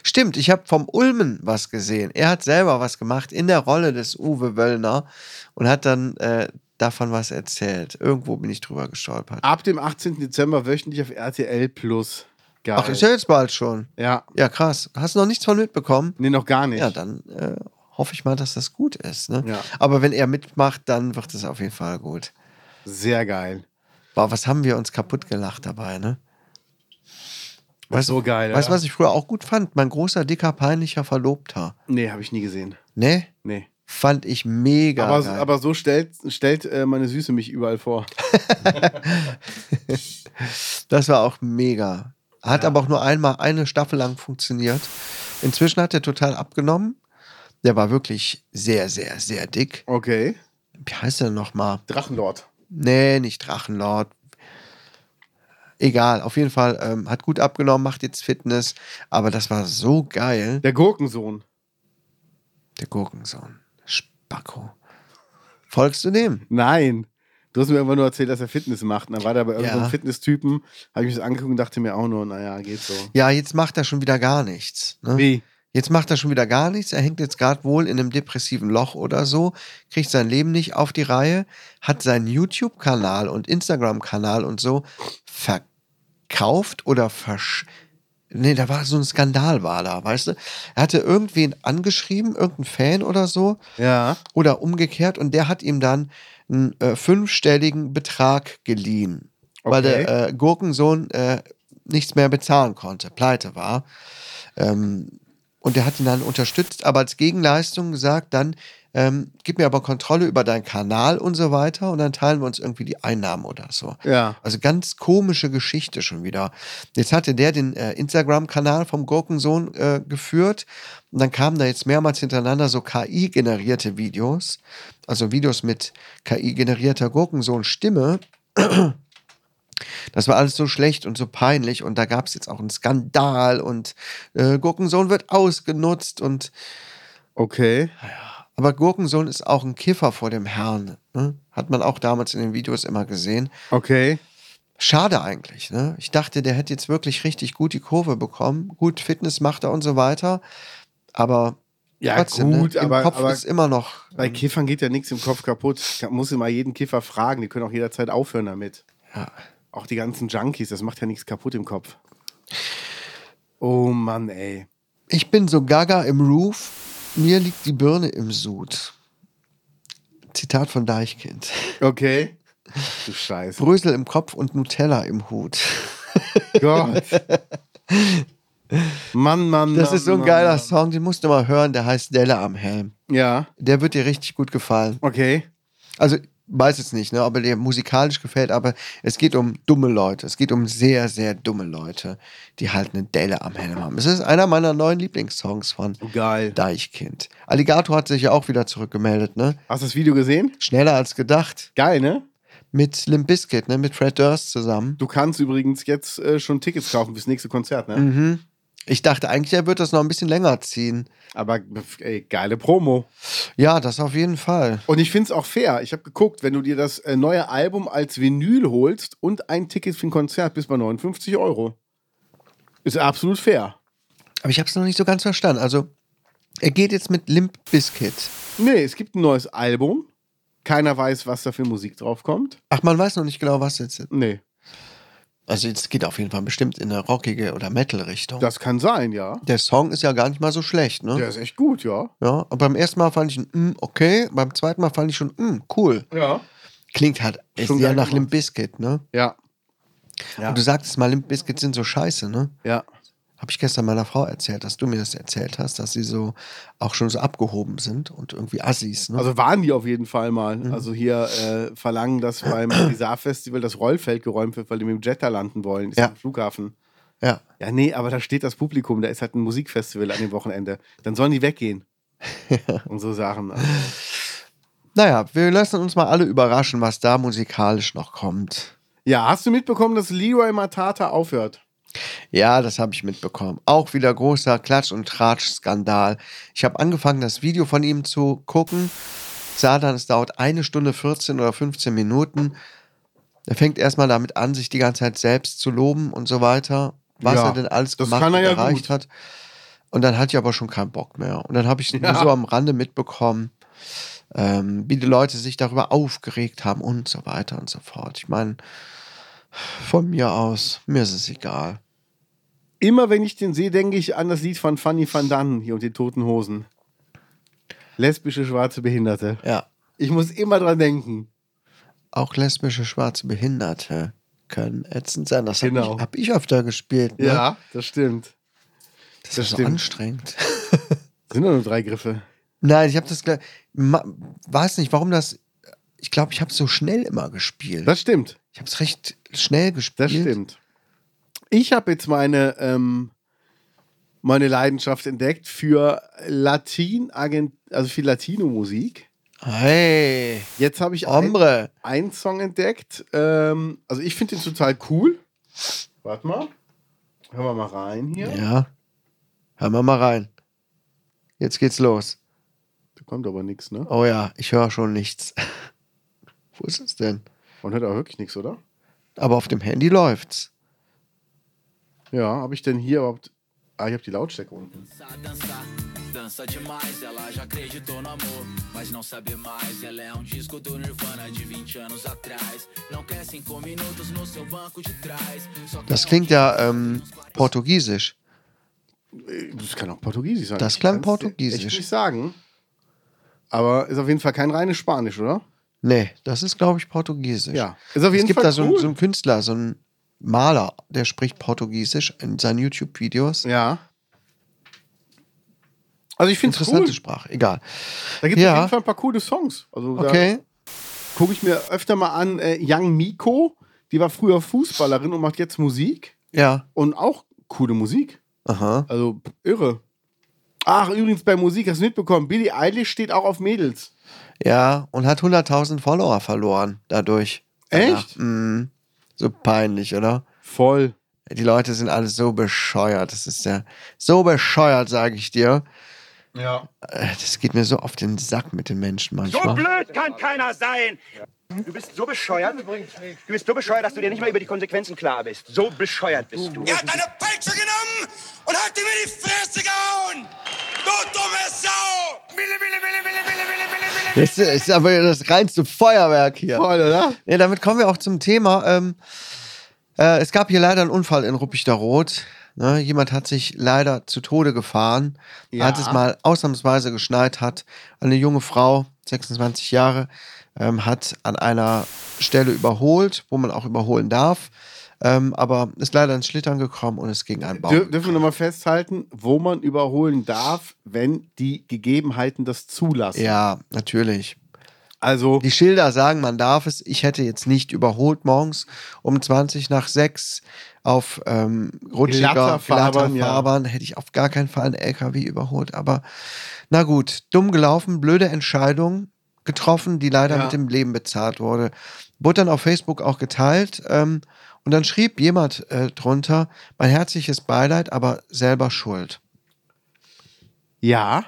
Speaker 3: Stimmt, ich habe vom Ulmen was gesehen. Er hat selber was gemacht in der Rolle des Uwe Wöllner und hat dann äh, davon was erzählt. Irgendwo bin ich drüber gestolpert.
Speaker 2: Ab dem 18. Dezember wöchentlich auf RTL Plus. Geil.
Speaker 3: Ach, ist ja jetzt bald schon.
Speaker 2: ja.
Speaker 3: Ja, krass. Hast du noch nichts von mitbekommen?
Speaker 2: Nee, noch gar nicht.
Speaker 3: Ja, dann äh, hoffe ich mal, dass das gut ist. Ne?
Speaker 2: Ja.
Speaker 3: Aber wenn er mitmacht, dann wird es auf jeden Fall gut.
Speaker 2: Sehr geil.
Speaker 3: Boah, was haben wir uns kaputt gelacht dabei, ne? Weißt,
Speaker 2: so geil,
Speaker 3: Weißt du,
Speaker 2: ja.
Speaker 3: was ich früher auch gut fand? Mein großer, dicker, peinlicher Verlobter.
Speaker 2: Nee, habe ich nie gesehen.
Speaker 3: Ne?
Speaker 2: Nee.
Speaker 3: Fand ich mega.
Speaker 2: aber,
Speaker 3: geil.
Speaker 2: aber so stellt, stellt äh, meine Süße mich überall vor.
Speaker 3: das war auch mega. Hat aber auch nur einmal eine Staffel lang funktioniert. Inzwischen hat er total abgenommen. Der war wirklich sehr, sehr, sehr dick.
Speaker 2: Okay.
Speaker 3: Wie heißt er nochmal?
Speaker 2: Drachenlord.
Speaker 3: Nee, nicht Drachenlord. Egal, auf jeden Fall ähm, hat gut abgenommen, macht jetzt Fitness. Aber das war so geil.
Speaker 2: Der Gurkensohn.
Speaker 3: Der Gurkensohn. Spacko. Folgst du dem?
Speaker 2: Nein. Du hast mir irgendwann nur erzählt, dass er Fitness macht. Und dann war der bei irgendeinem
Speaker 3: Ja.
Speaker 2: Fitness-Typen, habe ich mich das angeguckt und dachte mir auch nur, naja, geht so.
Speaker 3: Ja, jetzt macht er schon wieder gar nichts. Ne?
Speaker 2: Wie?
Speaker 3: Jetzt macht er schon wieder gar nichts. Er hängt jetzt gerade wohl in einem depressiven Loch oder so, kriegt sein Leben nicht auf die Reihe, hat seinen YouTube-Kanal und Instagram-Kanal und so verkauft oder versch. Nee, da war so ein Skandal, war da, weißt du? Er hatte irgendwen angeschrieben, irgendeinen Fan oder so,
Speaker 2: Ja.
Speaker 3: oder umgekehrt und der hat ihm dann einen äh, fünfstelligen Betrag geliehen, weil
Speaker 2: Okay.
Speaker 3: der äh, Gurkensohn äh, nichts mehr bezahlen konnte, pleite war. Ähm, Und der hat ihn dann unterstützt, aber als Gegenleistung gesagt, dann ähm, gib mir aber Kontrolle über deinen Kanal und so weiter und dann teilen wir uns irgendwie die Einnahmen oder so.
Speaker 2: Ja.
Speaker 3: Also ganz komische Geschichte schon wieder. Jetzt hatte der den äh, Instagram-Kanal vom Gurkensohn äh, geführt und dann kamen da jetzt mehrmals hintereinander so KI-generierte Videos, also Videos mit KI-generierter Gurkensohn-Stimme. Das war alles so schlecht und so peinlich und da gab es jetzt auch einen Skandal und äh, Gurkensohn wird ausgenutzt und
Speaker 2: Okay.
Speaker 3: aber Gurkensohn ist auch ein Kiffer vor dem Herrn. Ne? Hat man auch damals in den Videos immer gesehen.
Speaker 2: Okay.
Speaker 3: Schade eigentlich. Ne? Ich dachte, der hätte jetzt wirklich richtig gut die Kurve bekommen. Gut, Fitness macht er und so weiter. Aber
Speaker 2: Ja,
Speaker 3: trotzdem, ne?
Speaker 2: gut,
Speaker 3: im
Speaker 2: aber-
Speaker 3: Kopf
Speaker 2: aber-
Speaker 3: ist immer noch.
Speaker 2: Bei Kiffern geht ja nichts im Kopf kaputt. Ich kann- muss immer jeden Kiffer fragen. Die können auch jederzeit aufhören damit.
Speaker 3: Ja.
Speaker 2: Auch die ganzen Junkies, das macht ja nichts kaputt im Kopf. Oh Mann, ey.
Speaker 3: Ich bin so gaga im Roof. Mir liegt die Birne im Sud. Zitat von Deichkind.
Speaker 2: Okay. Du Scheiße.
Speaker 3: Brösel im Kopf und Nutella im Hut.
Speaker 2: Gott. Mann, Mann,
Speaker 3: Das
Speaker 2: Mann,
Speaker 3: ist so ein
Speaker 2: Mann,
Speaker 3: geiler
Speaker 2: Mann.
Speaker 3: Song, den musst du mal hören. Der heißt Delle am Helm.
Speaker 2: Ja,
Speaker 3: Der wird dir richtig gut gefallen.
Speaker 2: okay.
Speaker 3: Also weiß jetzt nicht, ne, ob er dir musikalisch gefällt, aber es geht um dumme Leute. Es geht um sehr, sehr dumme Leute, die halt eine Delle am Helm haben. Es ist einer meiner neuen Lieblingssongs von
Speaker 2: Geil.
Speaker 3: Deichkind. Alligator hat sich ja auch wieder zurückgemeldet, ne?
Speaker 2: Hast du das Video gesehen?
Speaker 3: Schneller als gedacht.
Speaker 2: Geil, ne?
Speaker 3: Mit Limp Bizkit, ne? Mit Fred Durst zusammen.
Speaker 2: Du kannst übrigens jetzt äh, schon Tickets kaufen fürs nächste Konzert, ne?
Speaker 3: Mhm. Ich dachte eigentlich, er wird das noch ein bisschen länger ziehen.
Speaker 2: Aber ey, geile Promo.
Speaker 3: Ja, das auf jeden Fall.
Speaker 2: Und ich finde es auch fair. Ich habe geguckt, wenn du dir das äh, neue Album als Vinyl holst und ein Ticket für ein Konzert bist bei 59 Euro. Ist absolut fair.
Speaker 3: Aber ich habe es noch nicht so ganz verstanden. Also, er geht jetzt mit Limp Bizkit.
Speaker 2: Nee, es gibt ein neues Album. Keiner weiß, was da für Musik draufkommt.
Speaker 3: Ach, man weiß noch nicht genau, was jetzt ist.
Speaker 2: Nee,
Speaker 3: Also es geht auf jeden Fall bestimmt in eine rockige oder Metal-Richtung.
Speaker 2: das kann sein, ja.
Speaker 3: Der Song ist ja gar nicht mal so schlecht, ne?
Speaker 2: Der ist echt gut, ja.
Speaker 3: Ja, und beim ersten Mal fand ich ihn mm, okay, beim zweiten Mal fand ich schon mm, cool.
Speaker 2: Ja.
Speaker 3: Klingt halt echt
Speaker 2: Schon
Speaker 3: sehr
Speaker 2: geil
Speaker 3: nach
Speaker 2: gemacht.
Speaker 3: Limp Bizkit, ne?
Speaker 2: Ja. Ja.
Speaker 3: Und du sagtest mal, Limp Bizkit sind so scheiße, ne?
Speaker 2: ja.
Speaker 3: Habe ich gestern meiner Frau erzählt, dass du mir das erzählt hast, dass sie so auch schon so abgehoben sind und irgendwie Assis, ne? Mhm.
Speaker 2: Also waren die auf jeden Fall mal. Also hier äh, verlangen, dass beim Bizarre-Festival das Rollfeld geräumt wird, weil die mit dem Jet da landen wollen. Ist
Speaker 3: Ja.
Speaker 2: am Flughafen.
Speaker 3: ja.
Speaker 2: Ja, nee, aber da steht das Publikum, da ist halt ein Musikfestival an dem Wochenende. Dann sollen die weggehen. Und so Sachen. Also,
Speaker 3: Naja, wir lassen uns mal alle überraschen, was da musikalisch noch kommt.
Speaker 2: ja, hast du mitbekommen, dass Leroy Matata aufhört?
Speaker 3: Ja, das habe ich mitbekommen. Auch wieder großer Klatsch- und Tratsch-Skandal. Ich habe angefangen, das Video von ihm zu gucken. Sah dann, es dauert eine Stunde 14 oder 15 Minuten. Er fängt erstmal damit an, sich die ganze Zeit selbst zu loben und so weiter. Was
Speaker 2: Ja,
Speaker 3: er denn alles
Speaker 2: das
Speaker 3: gemacht
Speaker 2: kann
Speaker 3: und
Speaker 2: er ja
Speaker 3: erreicht
Speaker 2: gut.
Speaker 3: hat. Und dann hatte ich aber schon keinen Bock mehr. Und dann habe ich nur
Speaker 2: Ja.
Speaker 3: so am Rande mitbekommen, ähm, wie die Leute sich darüber aufgeregt haben und so weiter und so fort. Ich meine, von mir aus, mir ist es egal.
Speaker 2: Immer wenn ich den sehe, denke ich an das Lied von Fanny van Dannen hier und den Toten Hosen. Lesbische schwarze Behinderte.
Speaker 3: Ja,
Speaker 2: Ich muss immer dran denken.
Speaker 3: auch lesbische schwarze Behinderte können ätzend sein. Das genau. habe
Speaker 2: Genau.
Speaker 3: ich, hab ich öfter gespielt. Ne?
Speaker 2: das stimmt.
Speaker 3: das,
Speaker 2: das
Speaker 3: ist so
Speaker 2: stimmt.
Speaker 3: anstrengend.
Speaker 2: Sind doch nur drei Griffe.
Speaker 3: Nein, ich habe das gleich. ma- Weiß nicht, warum das. Ich glaube, ich habe so schnell immer gespielt.
Speaker 2: Das stimmt.
Speaker 3: Ich habe es recht schnell gespielt.
Speaker 2: Das stimmt. Ich habe jetzt meine, ähm, meine Leidenschaft entdeckt für Latin, Argent- also für Latino-Musik.
Speaker 3: Hey,
Speaker 2: Jetzt habe ich ein,
Speaker 3: Hombre.
Speaker 2: einen Song entdeckt. Ähm, also ich finde den total cool. Warte mal. Hören wir mal rein hier.
Speaker 3: Ja. Hör mal mal rein. Jetzt geht's los.
Speaker 2: Da kommt aber nichts, ne?
Speaker 3: Oh ja, ich höre schon nichts. Wo ist es denn?
Speaker 2: Man hört auch wirklich nichts, oder?
Speaker 3: Aber auf dem Handy läuft's.
Speaker 2: Ja, habe ich denn hier überhaupt. Ah, ich habe die Lautstärke unten.
Speaker 8: Dançar, dançar, dança demais. Ela já acreditou no amor, mas não sabe mais. Ela é um disco do Nirvana de 20 anos atrás. Não quer cinco minutos no seu banco de trás. Só quer
Speaker 3: Das klingt ja ähm, portugiesisch.
Speaker 2: Das kann auch Portugiesisch sein.
Speaker 3: Das
Speaker 2: Ich
Speaker 3: klang
Speaker 2: kann's dir
Speaker 3: portugiesisch.
Speaker 2: Echt nicht sagen. Aber ist auf jeden Fall kein reines Spanisch, oder?
Speaker 3: Nee, das ist, glaube ich, Portugiesisch.
Speaker 2: Ja. Ist auf jeden
Speaker 3: es gibt
Speaker 2: Fall
Speaker 3: da so, einen-
Speaker 2: cool.
Speaker 3: so einen Künstler, so einen Maler, der spricht Portugiesisch in seinen YouTube-Videos.
Speaker 2: Ja. Also ich finde es
Speaker 3: Interessante
Speaker 2: cool.
Speaker 3: Sprache, egal.
Speaker 2: Da gibt es
Speaker 3: Ja.
Speaker 2: auf jeden Fall ein paar coole Songs. Also da
Speaker 3: Okay.
Speaker 2: gucke ich mir öfter mal an äh, Young Miko, die war früher Fußballerin und macht jetzt Musik
Speaker 3: Ja.
Speaker 2: und auch coole Musik.
Speaker 3: Aha.
Speaker 2: Also pff, irre. Ach, übrigens bei Musik hast du mitbekommen, Billie Eilish steht auch auf Mädels.
Speaker 3: Ja, und hat 100.000 Follower verloren dadurch. Danach.
Speaker 2: Echt?
Speaker 3: Mhm. So peinlich, oder?
Speaker 2: Voll.
Speaker 3: Die Leute sind alle so bescheuert. Das ist ja so bescheuert, sage ich dir.
Speaker 2: Ja.
Speaker 3: Äh, Das geht mir so auf den Sack mit den Menschen
Speaker 9: So
Speaker 3: manchmal.
Speaker 9: blöd kann keiner sein. Du bist so bescheuert. Du bist so bescheuert, dass du dir nicht mal über die Konsequenzen klar bist. So bescheuert bist du.
Speaker 8: Er hat eine Peitsche genommen und hat ihm in die Fresse gehauen! Du dumme Sau! Mille, mille, mille, mille, mille, mille, mille, mille.
Speaker 3: Das ist aber das reinste Feuerwerk hier.
Speaker 2: Voll, oder?
Speaker 3: Ja, damit kommen wir auch zum Thema. Ähm, äh, es gab hier leider einen Unfall in Ruppichteroth. Ne, jemand hat sich leider zu Tode gefahren,
Speaker 2: Ja.
Speaker 3: als es mal ausnahmsweise geschneit hat. Eine junge Frau, 26 Jahre, ähm, hat an einer Stelle überholt, wo man auch überholen darf, ähm, aber ist leider ins Schlittern gekommen und ist gegen einen Baum.
Speaker 2: Dür dürfen wir nochmal festhalten, wo man überholen darf, wenn die Gegebenheiten das zulassen.
Speaker 3: ja, natürlich.
Speaker 2: Also,
Speaker 3: Die Schilder sagen, man darf es. Ich hätte jetzt nicht überholt morgens um 20 nach 6 auf ähm, rutschiger,
Speaker 2: Glatter
Speaker 3: glatter
Speaker 2: Fahrbahn, ja.
Speaker 3: Fahrbahn. Hätte ich auf gar keinen Fall einen LKW überholt. Aber na gut, dumm gelaufen, blöde Entscheidung getroffen, die leider
Speaker 2: Ja.
Speaker 3: mit dem Leben bezahlt wurde. Wurde dann auf Facebook auch geteilt. Ähm, und dann schrieb jemand äh, drunter, mein herzliches Beileid, aber selber schuld.
Speaker 2: ja.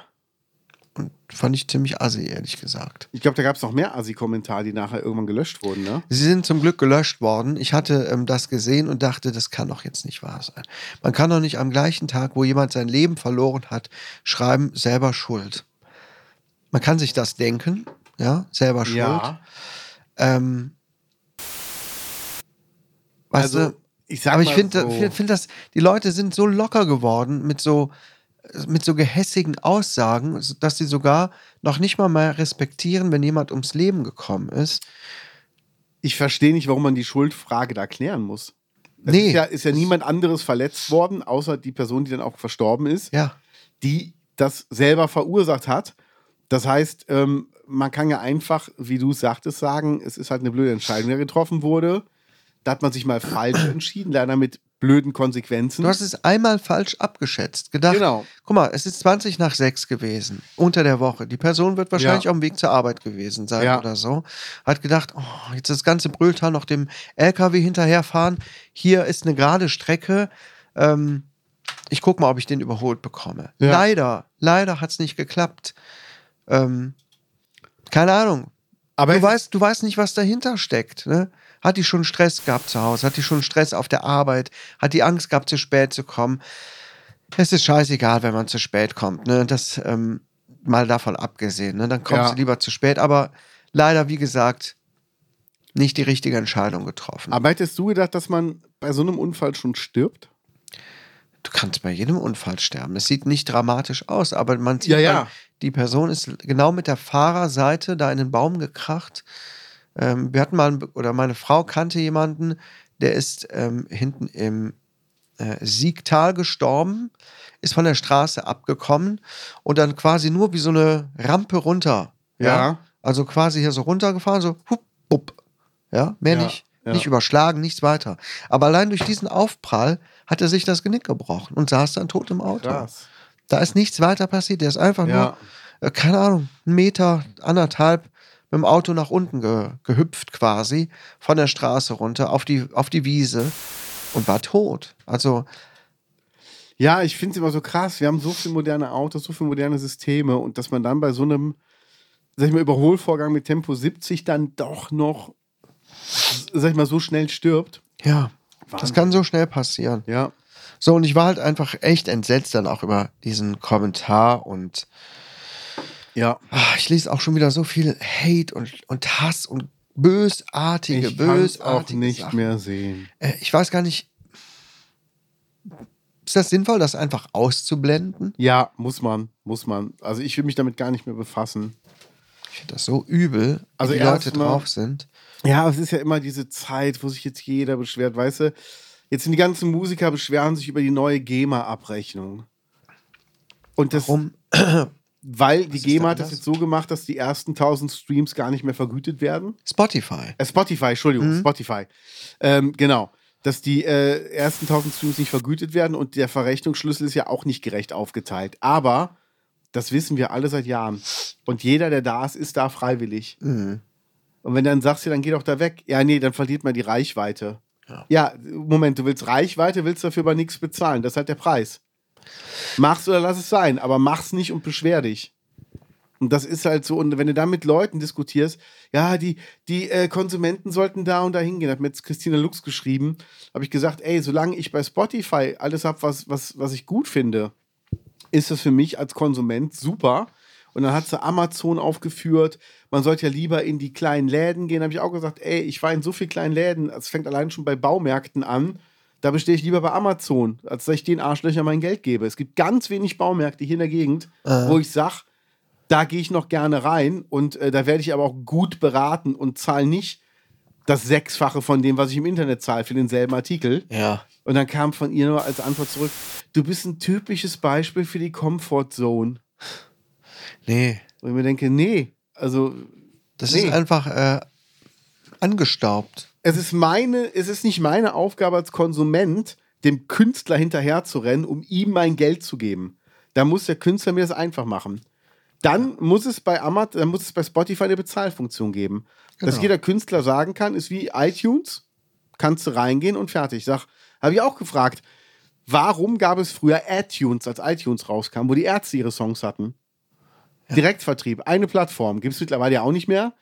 Speaker 3: Fand ich ziemlich assi, ehrlich gesagt.
Speaker 2: Ich glaube, da gab es noch mehr Assi-Kommentare, die nachher irgendwann gelöscht wurden, ne?
Speaker 3: Sie sind zum Glück gelöscht worden. Ich hatte ähm, das gesehen und dachte, das kann doch jetzt nicht wahr sein. Man kann doch nicht am gleichen Tag, wo jemand sein Leben verloren hat, schreiben, selber schuld. Man kann sich das denken, ja, selber schuld. Ähm, weißt
Speaker 2: Also,
Speaker 3: du,
Speaker 2: ich sag
Speaker 3: aber ich
Speaker 2: mal
Speaker 3: finde,
Speaker 2: so.
Speaker 3: find, find das, die Leute sind so locker geworden mit so, mit so gehässigen Aussagen, dass sie sogar noch nicht mal mehr respektieren, wenn jemand ums Leben gekommen ist.
Speaker 2: Ich verstehe nicht, warum man die Schuldfrage da klären muss. Es
Speaker 3: Nee.
Speaker 2: Ist ja, ist ja niemand anderes verletzt worden, außer die Person, die dann auch verstorben ist,
Speaker 3: Ja.
Speaker 2: die das selber verursacht hat. Das heißt, ähm, man kann ja einfach, wie du es sagtest, sagen, es ist halt eine blöde Entscheidung, die getroffen wurde. Da hat man sich mal falsch entschieden, leider mit blöden Konsequenzen.
Speaker 3: Du hast es einmal falsch abgeschätzt. Gedacht,
Speaker 2: Genau.
Speaker 3: guck mal, es ist 20 nach 6 gewesen, unter der Woche. Die Person wird wahrscheinlich
Speaker 2: Ja.
Speaker 3: auf dem Weg zur Arbeit gewesen sein
Speaker 2: Ja.
Speaker 3: oder so. Hat gedacht, oh, jetzt das ganze Brülltal noch dem LKW hinterherfahren. Hier ist eine gerade Strecke. Ähm, ich guck mal, ob ich den überholt bekomme.
Speaker 2: Ja.
Speaker 3: Leider, leider hat es nicht geklappt. Ähm, keine Ahnung.
Speaker 2: Aber
Speaker 3: du
Speaker 2: es ist-
Speaker 3: weißt, du weißt nicht, was dahinter steckt. Ne? Hat die schon Stress gehabt zu Hause? Hat die schon Stress auf der Arbeit? Hat die Angst gehabt, zu spät zu kommen? Es ist scheißegal, wenn man zu spät kommt. Ne? Das ähm, mal davon abgesehen. Ne? Dann kommst
Speaker 2: Ja.
Speaker 3: du lieber zu spät. Aber leider, wie gesagt, nicht die richtige Entscheidung getroffen.
Speaker 2: Aber hättest du gedacht, dass man bei so einem Unfall schon stirbt?
Speaker 3: du kannst bei jedem Unfall sterben. Es sieht nicht dramatisch aus, aber man sieht,
Speaker 2: Ja, ja.
Speaker 3: Dann, die Person ist genau mit der Fahrerseite da in den Baum gekracht. Ähm, wir hatten mal, einen Be- oder meine Frau kannte jemanden, der ist ähm, hinten im äh, Siegtal gestorben, ist von der Straße abgekommen und dann quasi nur wie so eine Rampe runter.
Speaker 2: Ja.
Speaker 3: Also quasi hier so runtergefahren, so hup, bup. Ja, mehr
Speaker 2: Ja,
Speaker 3: nicht.
Speaker 2: ja.
Speaker 3: Nicht überschlagen, nichts weiter. Aber allein durch diesen Aufprall hat er sich das Genick gebrochen und saß dann tot im Auto. Da ist nichts weiter passiert. Der ist einfach
Speaker 2: Ja.
Speaker 3: nur, äh, keine Ahnung, einen Meter, anderthalb mit dem Auto nach unten ge gehüpft quasi, von der Straße runter auf die, auf die Wiese und war tot. Also,
Speaker 2: Ja, ich finde es immer so krass. Wir haben so viele moderne Autos, so viele moderne Systeme und dass man dann bei so einem, sag ich mal, Überholvorgang mit Tempo 70 dann doch noch, s- sag ich mal, so schnell stirbt.
Speaker 3: ja, das kann so schnell passieren.
Speaker 2: Ja.
Speaker 3: So, und ich war halt einfach echt entsetzt dann auch über diesen Kommentar und
Speaker 2: Ja.
Speaker 3: Ah, Ich lese auch schon wieder so viel Hate und, und Hass und bösartige,
Speaker 2: Ich kann es
Speaker 3: bösartige
Speaker 2: auch nicht
Speaker 3: Sachen.
Speaker 2: mehr sehen.
Speaker 3: Äh, Ich weiß gar nicht. Ist das sinnvoll, das einfach auszublenden?
Speaker 2: Ja, muss man, muss man. Also ich will mich damit gar nicht mehr befassen.
Speaker 3: Ich finde das so übel,
Speaker 2: Also
Speaker 3: wie die Leute
Speaker 2: erst mal-
Speaker 3: drauf sind.
Speaker 2: Ja, aber es ist ja immer diese Zeit, wo sich jetzt jeder beschwert, weißt du? Jetzt sind die ganzen Musiker beschweren sich über die neue GEMA-Abrechnung. Und das,
Speaker 3: Warum?
Speaker 2: weil die
Speaker 3: ist
Speaker 2: GEMA
Speaker 3: denn
Speaker 2: hat das
Speaker 3: das?
Speaker 2: jetzt so gemacht, dass die ersten 1000 Streams gar nicht mehr vergütet werden.
Speaker 3: Spotify.
Speaker 2: Äh, Spotify, Entschuldigung,
Speaker 3: Mhm.
Speaker 2: Spotify. Ähm, genau. Dass die äh, ersten 1000 Streams nicht vergütet werden und der Verrechnungsschlüssel ist ja auch nicht gerecht aufgeteilt. Aber das wissen wir alle seit Jahren. Und jeder, der da ist, ist da freiwillig.
Speaker 3: Mhm.
Speaker 2: Und wenn du dann sagst, ja, dann geh doch da weg. Ja, nee, dann verliert man die Reichweite. Ja, Moment, du willst Reichweite, willst dafür aber nichts bezahlen. Das ist halt der Preis. Mach's oder lass es sein, aber mach's nicht und beschwer dich. Und das ist halt so, und wenn du da mit Leuten diskutierst, ja, die, die äh, Konsumenten sollten da und da hingehen, hat mir jetzt Christina Lux geschrieben, habe ich gesagt, ey, solange ich bei Spotify alles habe, was, was, was ich gut finde, ist das für mich als Konsument super. Und dann hat sie Amazon aufgeführt. Man sollte ja lieber in die kleinen Läden gehen. Habe ich auch gesagt, ey, ich war in so vielen kleinen Läden. Es fängt allein schon bei Baumärkten an. Da bestehe ich lieber bei Amazon, als dass ich den Arschlöchern mein Geld gebe. Es gibt ganz wenig Baumärkte hier in der Gegend, wo ich sage, da gehe ich noch gerne rein und äh, da werde ich aber auch gut beraten und zahle nicht das Sechsfache von dem, was ich im Internet zahle für denselben Artikel.
Speaker 3: Ja.
Speaker 2: Und dann kam von ihr nur als Antwort zurück: Du bist ein typisches Beispiel für die Comfort Zone.
Speaker 3: Nee.
Speaker 2: Und ich mir denke, nee, also
Speaker 3: Das
Speaker 2: Nee.
Speaker 3: ist einfach äh, angestaubt.
Speaker 2: es ist meine, es ist nicht meine Aufgabe als Konsument, dem Künstler hinterherzurennen, um ihm mein Geld zu geben. Da muss der Künstler mir das einfach machen. Dann muss es bei Amazon, dann muss es bei Spotify eine Bezahlfunktion geben. Dass
Speaker 3: Genau.
Speaker 2: jeder Künstler sagen kann, ist wie iTunes, kannst du reingehen und fertig. Sag, habe ich auch gefragt, warum gab es früher AdTunes, als iTunes rauskam, wo die Ärzte ihre Songs hatten? Direktvertrieb, eine Plattform, gibt es mittlerweile ja auch nicht mehr.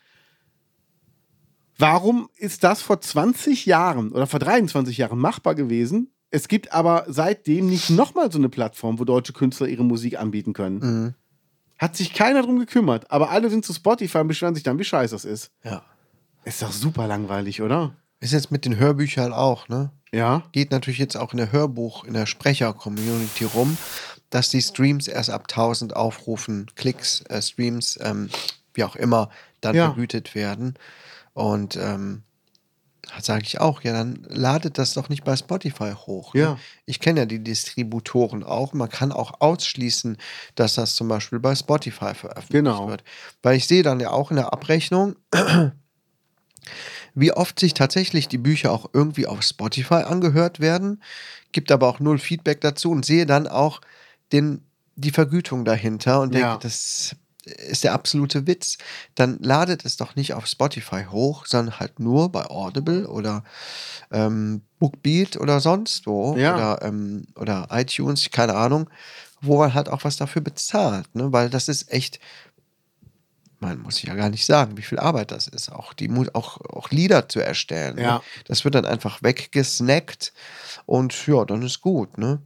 Speaker 2: Warum ist das vor 20 Jahren oder vor 23 Jahren machbar gewesen? Es gibt aber seitdem nicht nochmal so eine Plattform, wo deutsche Künstler ihre Musik anbieten können.
Speaker 3: Mhm.
Speaker 2: Hat sich keiner drum gekümmert, aber alle sind zu Spotify und beschweren sich dann, wie scheiße das ist.
Speaker 3: Ja.
Speaker 2: Ist doch super langweilig, oder?
Speaker 3: Ist jetzt mit den Hörbüchern auch, ne?
Speaker 2: Ja.
Speaker 3: Geht natürlich jetzt auch in der Hörbuch, in der Sprecher-Community rum, dass die Streams erst ab 1000 Aufrufen, Klicks, äh, Streams, ähm, wie auch immer, dann
Speaker 2: Ja.
Speaker 3: vergütet werden. Und ähm, sage ich auch, ja, dann ladet das doch nicht bei Spotify hoch. Ne?
Speaker 2: Ja.
Speaker 3: Ich kenne ja die Distributoren auch. Man kann auch ausschließen, dass das zum Beispiel bei Spotify veröffentlicht
Speaker 2: Genau.
Speaker 3: wird. Weil ich sehe dann ja auch in der Abrechnung, wie oft sich tatsächlich die Bücher auch irgendwie auf Spotify angehört werden, gibt aber auch null Feedback dazu und sehe dann auch den, die Vergütung dahinter und denke,
Speaker 2: Ja.
Speaker 3: das ist der absolute Witz. Dann ladet es doch nicht auf Spotify hoch, sondern halt nur bei Audible oder ähm, Bookbeat oder sonst wo
Speaker 2: Ja.
Speaker 3: oder, ähm, oder iTunes, keine Ahnung, wo man halt auch was dafür bezahlt, ne? weil das ist echt man muss ich ja gar nicht sagen, wie viel Arbeit das ist, auch, die, Mu- auch, auch Lieder zu erstellen.
Speaker 2: Ja.
Speaker 3: Ne? Das wird dann einfach weggesnackt und ja, dann ist gut. Ne?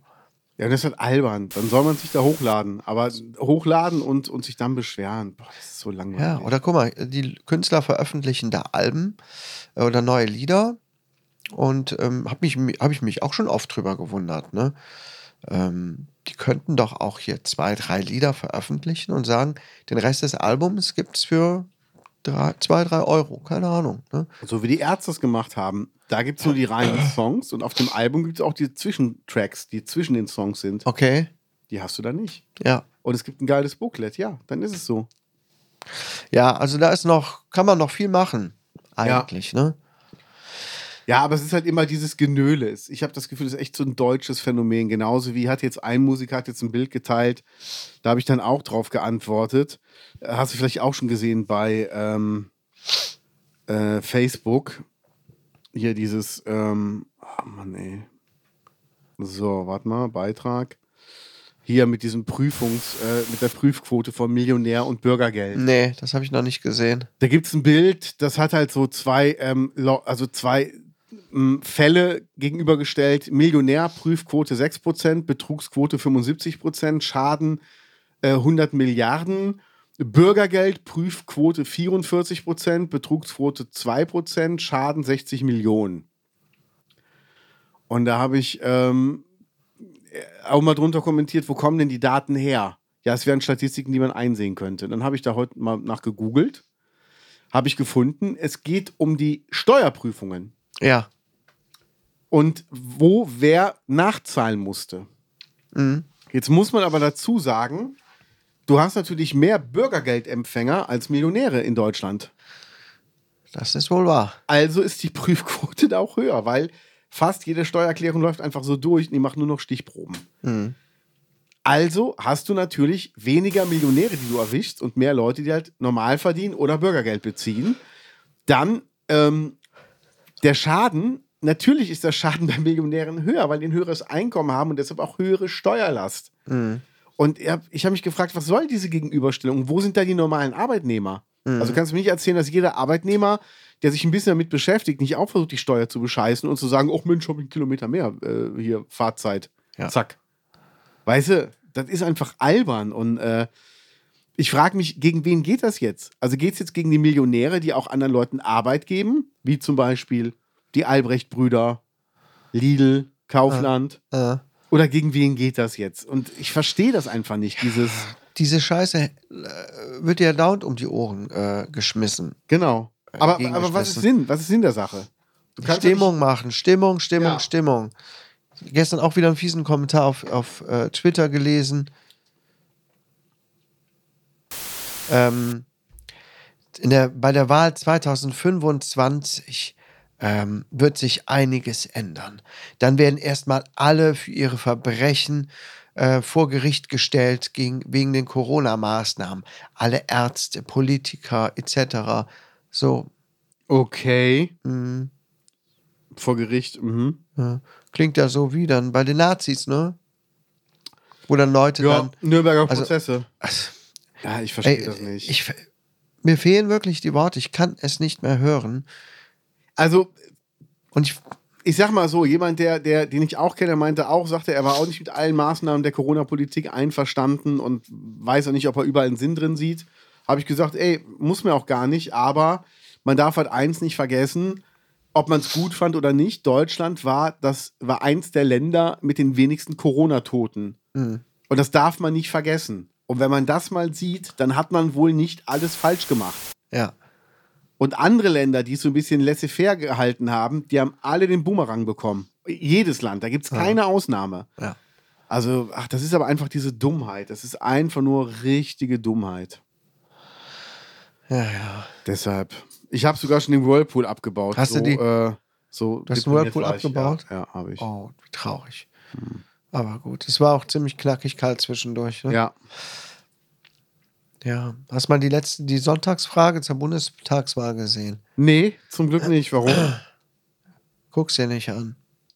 Speaker 2: Ja, das ist halt albern. Dann soll man sich da hochladen. Aber hochladen und, und sich dann beschweren, boah, das ist so langweilig.
Speaker 3: Ja, oder guck mal, die Künstler veröffentlichen da Alben äh, oder neue Lieder und ähm, habe mich, hab ich mich auch schon oft drüber gewundert. Ne? Ähm, die könnten doch auch hier zwei, drei Lieder veröffentlichen und sagen, den Rest des Albums gibt es für drei, zwei, drei Euro, keine Ahnung. Ne?
Speaker 2: So wie die Ärzte es gemacht haben. Da gibt es nur die reinen Songs und auf dem Album gibt es auch die Zwischentracks, die zwischen den Songs sind.
Speaker 3: Okay,
Speaker 2: Die hast du da nicht.
Speaker 3: ja.
Speaker 2: Und es gibt ein geiles Booklet, ja, dann ist es so.
Speaker 3: Ja, also da ist noch, kann man noch viel machen,
Speaker 2: Ja.
Speaker 3: eigentlich, ne?
Speaker 2: Ja, aber es ist halt immer dieses Genöle. Es- Ich habe das Gefühl, das ist echt so ein deutsches Phänomen. Genauso wie hat jetzt ein Musiker hat jetzt ein Bild geteilt, da habe ich dann auch drauf geantwortet. Äh, Hast du vielleicht auch schon gesehen bei ähm, äh, Facebook. Hier dieses, ähm, oh Mann, ey. So, warte mal, Beitrag. Hier mit diesem Prüfungs, äh, mit der Prüfquote von Millionär und Bürgergeld.
Speaker 3: Nee, das habe ich noch nicht gesehen.
Speaker 2: Da gibt es ein Bild, das hat halt so zwei, ähm, Lo- also zwei ähm, Fälle gegenübergestellt. Millionärprüfquote 6%, Betrugsquote 75%, Schaden äh, 100 Milliarden, Bürgergeldprüfquote 44%, Betrugsquote 2%, Schaden 60 Millionen. Und da habe ich ähm, auch mal drunter kommentiert, wo kommen denn die Daten her? Ja, es wären Statistiken, die man einsehen könnte. Dann habe ich da heute mal nach gegoogelt habe ich gefunden, es geht um die Steuerprüfungen
Speaker 3: Ja.
Speaker 2: und wo wer nachzahlen musste.
Speaker 3: Mhm.
Speaker 2: Jetzt muss man aber dazu sagen, du hast natürlich mehr Bürgergeldempfänger als Millionäre in Deutschland.
Speaker 3: Das ist wohl wahr.
Speaker 2: Also ist die Prüfquote da auch höher, weil fast jede Steuererklärung läuft einfach so durch und die machen nur noch Stichproben. Also hast du natürlich weniger Millionäre, die du erwischst und mehr Leute, die halt normal verdienen oder Bürgergeld beziehen. Dann ähm, der Schaden, natürlich ist der Schaden bei Millionären höher, weil die ein höheres Einkommen haben und deshalb auch höhere Steuerlast. Und ich hab- ich habe mich gefragt, was soll diese Gegenüberstellung? Wo sind da die normalen Arbeitnehmer? Also kannst du mir nicht erzählen, dass jeder Arbeitnehmer, der sich ein bisschen damit beschäftigt, nicht auch versucht, die Steuer zu bescheißen und zu sagen, oh Mensch, hab ich einen Kilometer mehr äh, hier Fahrzeit.
Speaker 3: Ja.
Speaker 2: Zack. Weißt du, das ist einfach albern. Und äh, ich frage mich, gegen wen geht das jetzt? Also geht es jetzt gegen die Millionäre, die auch anderen Leuten Arbeit geben, wie zum Beispiel die Albrecht-Brüder, Lidl, Kaufland?
Speaker 3: Äh,
Speaker 2: Oder gegen wen geht das jetzt? Und ich verstehe das einfach nicht, dieses.
Speaker 3: diese Scheiße äh, wird ja laut um die Ohren äh, geschmissen.
Speaker 2: Genau.
Speaker 3: Äh,
Speaker 2: Aber, aber was
Speaker 3: gegengeschmissen.
Speaker 2: ist Sinn? Was ist Sinn der Sache? Du kannst doch
Speaker 3: Stimmung machen, Stimmung, Stimmung,
Speaker 2: Ja.
Speaker 3: Stimmung. Gestern auch wieder einen fiesen Kommentar auf, auf äh, Twitter gelesen. Ähm, in der, bei der Wahl 2025 ähm, wird sich einiges ändern. Dann werden erstmal alle für ihre Verbrechen äh, vor Gericht gestellt gegen, wegen den Corona-Maßnahmen. Alle Ärzte, Politiker etc. So,
Speaker 2: nicht- Okay.
Speaker 3: mh.
Speaker 2: Vor Gericht. Mhm.
Speaker 3: Ja. ne? Klingt ja so wie dann bei den Nazis, ne? Wo dann Leute
Speaker 2: Ja,
Speaker 3: dann.
Speaker 2: Nürnberger
Speaker 3: also-
Speaker 2: Prozesse.
Speaker 3: Also,
Speaker 2: Ja, ich verstehe
Speaker 3: ey, äh,
Speaker 2: das nicht.
Speaker 3: ich, mir fehlen wirklich die Worte. Ich kann es nicht mehr hören.
Speaker 2: also,
Speaker 3: Und ich,
Speaker 2: ich sag mal so, jemand, der, der, den ich auch kenne, meinte auch, sagte, er war auch nicht mit allen Maßnahmen der Corona-Politik einverstanden und weiß auch nicht, ob er überall einen Sinn drin sieht. Habe ich gesagt, ey, muss mir auch gar nicht, aber man darf halt eins nicht vergessen, ob man es gut fand oder nicht. Deutschland war das war eins der Länder mit den wenigsten Corona-Toten. Und das darf man nicht vergessen. Und wenn man das mal sieht, dann hat man wohl nicht alles falsch gemacht.
Speaker 3: ja.
Speaker 2: Und andere Länder, die es so ein bisschen laissez-faire gehalten haben, die haben alle den Boomerang bekommen. Jedes Land, da gibt es keine Ausnahme.
Speaker 3: Ja.
Speaker 2: Also, ach, das ist aber einfach diese Dummheit. Das ist einfach nur richtige Dummheit.
Speaker 3: Ja, ja.
Speaker 2: Deshalb. Ich habe sogar schon den Whirlpool abgebaut.
Speaker 3: Hast du
Speaker 2: so,
Speaker 3: die-
Speaker 2: Äh, so
Speaker 3: Du hast den
Speaker 2: deprimiert
Speaker 3: Whirlpool
Speaker 2: war ich.
Speaker 3: abgebaut?
Speaker 2: Ja, ja habe ich.
Speaker 3: Oh, wie traurig. Aber gut, es war auch ziemlich knackig kalt zwischendurch. Ne?
Speaker 2: Ja.
Speaker 3: ja. Hast mal die letzte, die Sonntagsfrage zur Bundestagswahl gesehen?
Speaker 2: Nee, zum Glück nicht. Warum?
Speaker 3: Guck's dir nicht an.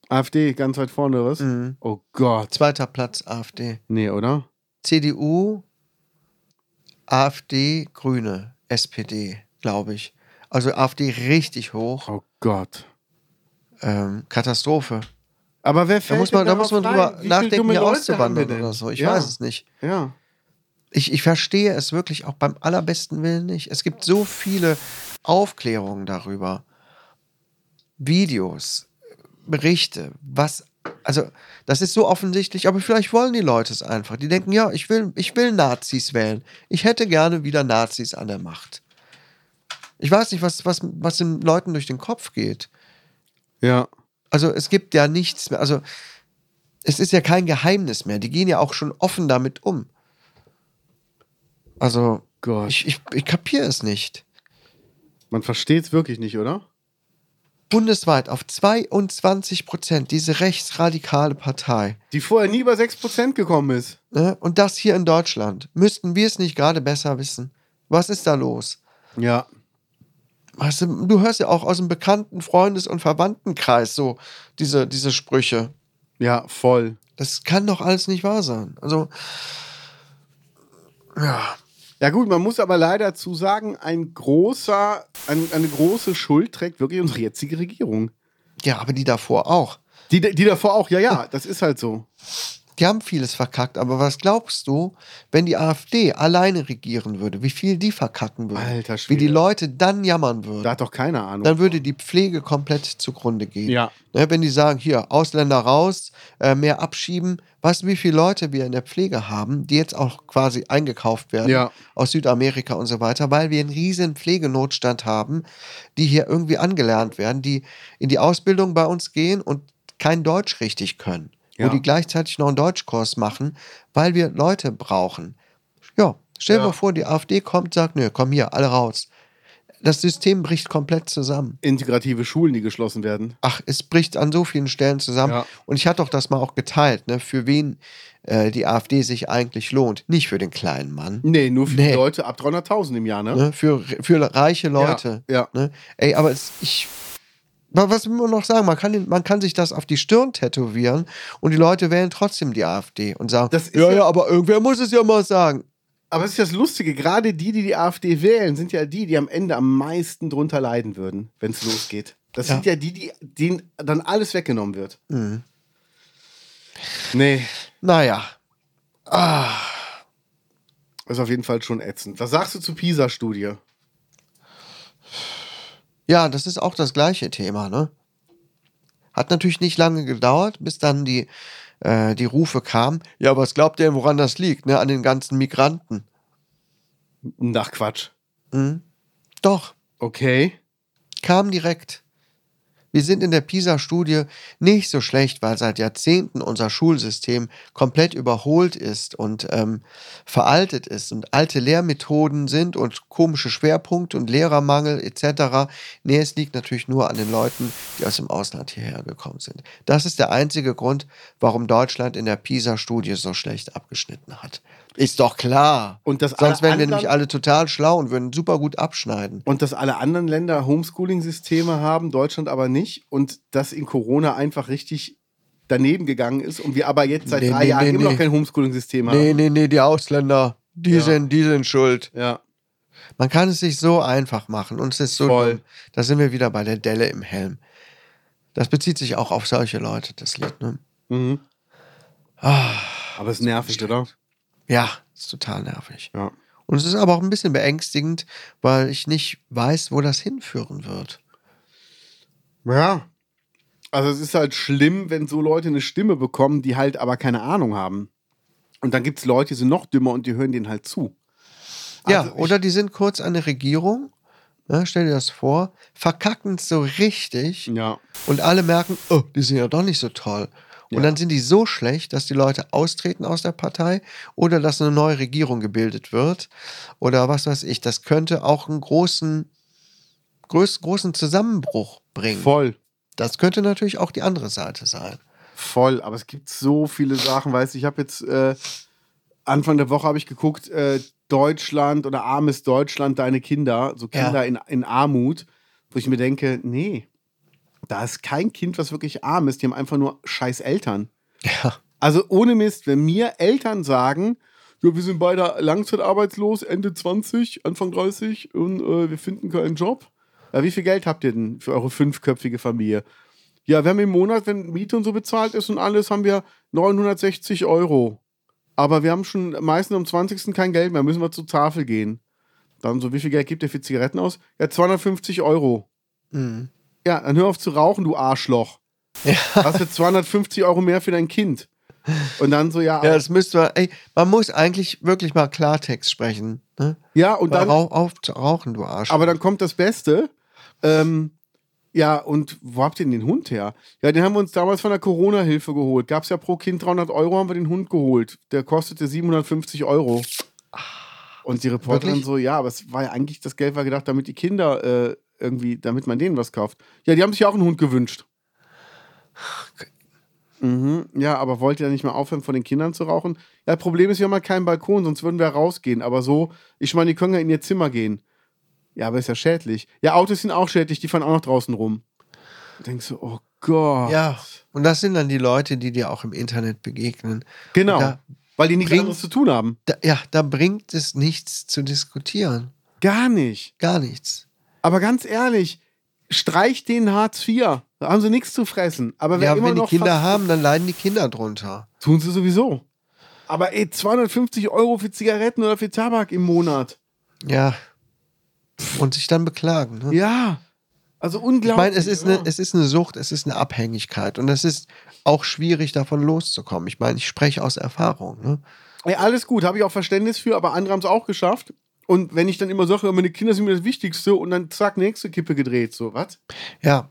Speaker 2: AfD ganz weit vorne, oder was?
Speaker 3: Mhm.
Speaker 2: Oh Gott.
Speaker 3: Zweiter Platz AfD.
Speaker 2: Nee, oder?
Speaker 3: CDU, AfD, Grüne, SPD, glaube ich. Also AfD richtig hoch.
Speaker 2: Oh Gott.
Speaker 3: Ähm, Katastrophe.
Speaker 2: Aber wer
Speaker 3: Da
Speaker 2: fällt
Speaker 3: muss man,
Speaker 2: denn
Speaker 3: da muss man
Speaker 2: darauf
Speaker 3: drüber
Speaker 2: rein? Wie viele
Speaker 3: nachdenken,
Speaker 2: dumme
Speaker 3: hier
Speaker 2: Leute haben wir
Speaker 3: auszuwandern
Speaker 2: denn?
Speaker 3: oder so. Ich
Speaker 2: ja.
Speaker 3: weiß es nicht.
Speaker 2: Ja.
Speaker 3: Ich, ich verstehe es wirklich auch beim allerbesten Willen nicht. Es gibt so viele Aufklärungen darüber. Videos, Berichte, was. Also, das ist so offensichtlich, aber vielleicht wollen die Leute es einfach. Die denken, ja, ich will, ich will Nazis wählen. Ich hätte gerne wieder Nazis an der Macht. Ich weiß nicht, was, was, was den Leuten durch den Kopf geht.
Speaker 2: Ja.
Speaker 3: Also es gibt ja nichts mehr. Also es ist ja kein Geheimnis mehr. Die gehen ja auch schon offen damit um. Also
Speaker 2: Gott.
Speaker 3: ich, ich, ich kapiere es nicht.
Speaker 2: Man versteht es wirklich nicht, oder?
Speaker 3: Bundesweit auf 22 Prozent diese rechtsradikale Partei.
Speaker 2: Die vorher nie über 6% gekommen ist.
Speaker 3: Ne? Und das hier in Deutschland. Müssten wir es nicht gerade besser wissen? Was ist da los?
Speaker 2: Ja.
Speaker 3: Weißt du, du hörst ja auch aus dem bekannten Freundes- und Verwandtenkreis so diese, diese Sprüche.
Speaker 2: Ja, voll.
Speaker 3: Das kann doch alles nicht wahr sein. Also, ja.
Speaker 2: Ja gut, man muss aber leider dazu sagen, ein großer, ein, eine große Schuld trägt wirklich unsere jetzige Regierung.
Speaker 3: Ja, aber die davor auch.
Speaker 2: Die, die davor auch, ja, ja, das ist halt so.
Speaker 3: Die haben vieles verkackt, aber was glaubst du, wenn die AfD alleine regieren würde, wie viel die verkacken würden?
Speaker 2: Alter
Speaker 3: wie
Speaker 2: Schwede.
Speaker 3: die Leute dann jammern würden.
Speaker 2: Da hat doch keine Ahnung.
Speaker 3: dann würde die Pflege komplett zugrunde gehen.
Speaker 2: Ja.
Speaker 3: Ne, wenn die sagen, hier, Ausländer raus, äh, mehr abschieben, weißt du, wie viele Leute wir in der Pflege haben, die jetzt auch quasi eingekauft werden
Speaker 2: Ja.
Speaker 3: aus Südamerika und so weiter, weil wir einen riesen Pflegenotstand haben, die hier irgendwie angelernt werden, die in die Ausbildung bei uns gehen und kein Deutsch richtig können.
Speaker 2: Ja.
Speaker 3: wo die gleichzeitig noch einen Deutschkurs machen, weil wir Leute brauchen. Ja, stell dir mal vor, die AfD kommt, sagt, nö, komm hier, alle raus. Das System bricht komplett zusammen.
Speaker 2: Integrative Schulen, die geschlossen werden.
Speaker 3: Ach, es bricht an so vielen Stellen zusammen.
Speaker 2: Ja.
Speaker 3: Und ich hatte doch das mal auch geteilt, ne, für wen äh, die AfD sich eigentlich lohnt. Nicht für den kleinen Mann,
Speaker 2: Nee, nur für die
Speaker 3: Nee.
Speaker 2: Leute ab 300.000 im Jahr, ne?
Speaker 3: ne, für, für reiche Leute.
Speaker 2: Ja.
Speaker 3: Ne? Ey, aber es, ich. wa- Was will man noch sagen? Man kann, den- man kann sich das auf die Stirn tätowieren und die Leute wählen trotzdem die AfD und sagen:
Speaker 2: Das ist
Speaker 3: Ja,
Speaker 2: ja-
Speaker 3: ja, aber irgendwer muss es ja mal sagen.
Speaker 2: Aber es ist das Lustige, gerade die, die die AfD wählen, sind ja die, die am Ende am meisten drunter leiden würden, wenn es losgeht. Das
Speaker 3: Ja. Mhm.
Speaker 2: sind ja die, die, denen dann alles weggenommen wird. Nee,
Speaker 3: Naja,
Speaker 2: ist auf jeden Fall schon ätzend. Was sagst du zur PISA-Studie?
Speaker 3: ja, das ist auch das gleiche Thema, ne? Hat natürlich nicht lange gedauert, bis dann die, äh, die Rufe kamen. Ja, was glaubt ihr, denn, woran das liegt, ne? An den ganzen Migranten.
Speaker 2: Ach, Quatsch.
Speaker 3: Mhm. Doch.
Speaker 2: Okay.
Speaker 3: kam direkt. Wir sind in der PISA-Studie nicht so schlecht, weil seit Jahrzehnten unser Schulsystem komplett überholt ist und ähm, veraltet ist und alte Lehrmethoden sind und komische Schwerpunkte und Lehrermangel etc. Nee, es liegt natürlich nur an den Leuten, die aus dem Ausland hierher gekommen sind. Das ist der einzige Grund, warum Deutschland in der PISA-Studie so schlecht abgeschnitten hat. Ist doch klar.
Speaker 2: Und das
Speaker 3: Sonst
Speaker 2: alle
Speaker 3: wären wir
Speaker 2: anderen-
Speaker 3: nämlich alle total schlau und würden super gut abschneiden.
Speaker 2: Und dass alle anderen Länder Homeschooling-Systeme haben, Deutschland aber nicht. Und dass in Corona einfach richtig daneben gegangen ist und wir aber jetzt seit
Speaker 3: Nee,
Speaker 2: drei
Speaker 3: nee,
Speaker 2: Jahren
Speaker 3: nee,
Speaker 2: immer
Speaker 3: nee.
Speaker 2: noch kein Homeschooling-System
Speaker 3: Nee,
Speaker 2: haben.
Speaker 3: nee, nee, die Ausländer, die,
Speaker 2: Ja.
Speaker 3: sind, die sind schuld.
Speaker 2: Ja.
Speaker 3: Man kann es sich so einfach machen und es ist so,
Speaker 2: Voll.
Speaker 3: dumm. da sind wir wieder bei der Delle im Helm. Das bezieht sich auch auf solche Leute, das Lied. Ne?
Speaker 2: Mhm. aber es ist nervig, oder?
Speaker 3: Ja, ist total nervig.
Speaker 2: Ja.
Speaker 3: Und es ist aber auch ein bisschen beängstigend, weil ich nicht weiß, wo das hinführen wird.
Speaker 2: Ja. Also es ist halt schlimm, wenn so Leute eine Stimme bekommen, die halt aber keine Ahnung haben. Und dann gibt es Leute, die sind noch dümmer und die hören denen halt zu.
Speaker 3: Ja,
Speaker 2: Also ich-
Speaker 3: oder die sind kurz an der Regierung, ne, stell dir das vor, verkacken es so richtig
Speaker 2: Ja.
Speaker 3: Und alle merken, oh, die sind ja doch nicht so toll. Und
Speaker 2: Ja.
Speaker 3: dann sind die so schlecht, dass die Leute austreten aus der Partei oder dass eine neue Regierung gebildet wird oder was weiß ich. Das könnte auch einen großen, groß, großen Zusammenbruch bringen.
Speaker 2: Voll.
Speaker 3: Das könnte natürlich auch die andere Seite sein.
Speaker 2: Voll, aber es gibt so viele Sachen, weißt du, ich habe jetzt äh, Anfang der Woche habe ich geguckt, äh, Deutschland oder armes Deutschland, deine Kinder, so
Speaker 3: Ja.
Speaker 2: Kinder in, in Armut, wo ich mir denke, nee, da ist kein Kind, was wirklich arm ist, die haben einfach nur scheiß Eltern.
Speaker 3: Ja.
Speaker 2: Also ohne Mist, wenn mir Eltern sagen, ja, wir sind beide langzeitarbeitslos, Ende 20, Anfang 30 und äh, wir finden keinen Job. Ja, wie viel Geld habt ihr denn für eure fünfköpfige Familie? Ja, wir haben im Monat, wenn Miete und so bezahlt ist und alles, haben wir 960 Euro. Aber wir haben schon meistens am 20. kein Geld mehr, müssen wir zur Tafel gehen. Dann so, wie viel Geld gibt ihr für Zigaretten aus? Ja, 250 Euro.
Speaker 3: Mhm.
Speaker 2: Ja, dann hör auf zu rauchen, du Arschloch. Hast du 250 Euro mehr für dein Kind? Und dann so, ja,
Speaker 3: Ja, das müsste man, ey, man muss eigentlich wirklich mal Klartext sprechen. Ne?
Speaker 2: ja und dann,
Speaker 3: Rauch auf zu rauchen, du Arsch.
Speaker 2: aber dann kommt das Beste. Ähm, ja, und wo habt ihr denn den Hund her? Ja, den haben wir uns damals von der Corona-Hilfe geholt. Gab es ja pro Kind 300 Euro, haben wir den Hund geholt. Der kostete 750 Euro. Und die Reporterin
Speaker 3: Ah, wirklich?
Speaker 2: so, ja, aber es war ja eigentlich, das Geld war gedacht, damit die Kinder äh, irgendwie, damit man denen was kauft. Ja, die haben sich ja auch einen Hund gewünscht. Mhm, ja, aber wollt ihr dann nicht mehr aufhören, von den Kindern zu rauchen? Ja, Problem ist, wir haben halt keinen Balkon, sonst würden wir rausgehen. Aber so, ich meine, die können ja in ihr Zimmer gehen. Ja, aber ist ja schädlich. Ja, Autos sind auch schädlich, die fahren auch noch draußen rum. Du denkst du, oh Gott.
Speaker 3: ja, und das sind dann die Leute, die dir auch im Internet begegnen.
Speaker 2: Genau.
Speaker 3: Da-
Speaker 2: weil die nichts
Speaker 3: bringt-
Speaker 2: anderes zu tun haben.
Speaker 3: Da, ja, da bringt es nichts zu diskutieren.
Speaker 2: Gar nicht.
Speaker 3: Gar nichts.
Speaker 2: Aber ganz ehrlich, streich den Hartz IV. Da haben sie nichts zu fressen. Aber wer
Speaker 3: Ja,
Speaker 2: immer
Speaker 3: wenn die
Speaker 2: noch
Speaker 3: Kinder
Speaker 2: fast-
Speaker 3: haben, dann leiden die Kinder drunter.
Speaker 2: Tun sie sowieso. Aber ey, 250 Euro für Zigaretten oder für Tabak im Monat.
Speaker 3: Ja. Und sich dann beklagen. Ne?
Speaker 2: Ja. Also
Speaker 3: ich
Speaker 2: unglaublich.
Speaker 3: meine, es, ist eine- es ist eine Sucht, es ist eine Abhängigkeit. Und es ist auch schwierig, davon loszukommen. Ich meine, ich spreche aus Erfahrung. Ne?
Speaker 2: Ey, alles gut, habe ich auch Verständnis für, aber andere haben es auch geschafft. Und wenn ich dann immer sage, meine Kinder sind mir das Wichtigste und dann zack, nächste Kippe gedreht, so, was?
Speaker 3: Ja.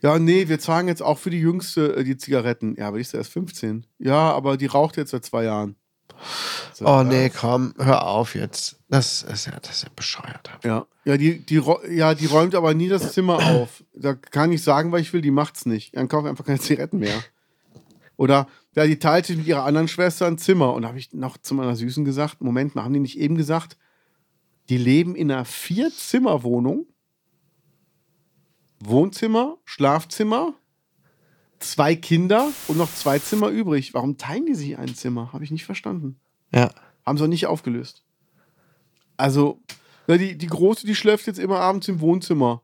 Speaker 2: Ja, nee, wir zahlen jetzt auch für die Jüngste äh, die Zigaretten. Ja, aber die ist ja erst 15. Ja, aber die raucht jetzt seit zwei Jahren. So,
Speaker 3: Oh
Speaker 2: äh,
Speaker 3: nee, komm, hör auf jetzt. Das ist ja, das ist ja bescheuert.
Speaker 2: Ja, ja die, die, rau- ja, die räumt aber nie das Zimmer auf. Da kann ich sagen, was ich will, die macht's nicht. Dann kaufe ich einfach keine Zigaretten mehr. Oder ja, die teilt sich mit ihrer anderen Schwester ein Zimmer. Und da habe ich noch zu meiner Süßen gesagt: Moment mal, haben die nicht eben gesagt, die leben in einer Vier-Zimmer-Wohnung? Wohnzimmer, Schlafzimmer, zwei Kinder und noch zwei Zimmer übrig. Warum teilen die sich ein Zimmer? Habe ich nicht verstanden.
Speaker 3: Ja.
Speaker 2: Haben sie auch nicht aufgelöst. Also, na, die, die Große, die schläft jetzt immer abends im Wohnzimmer.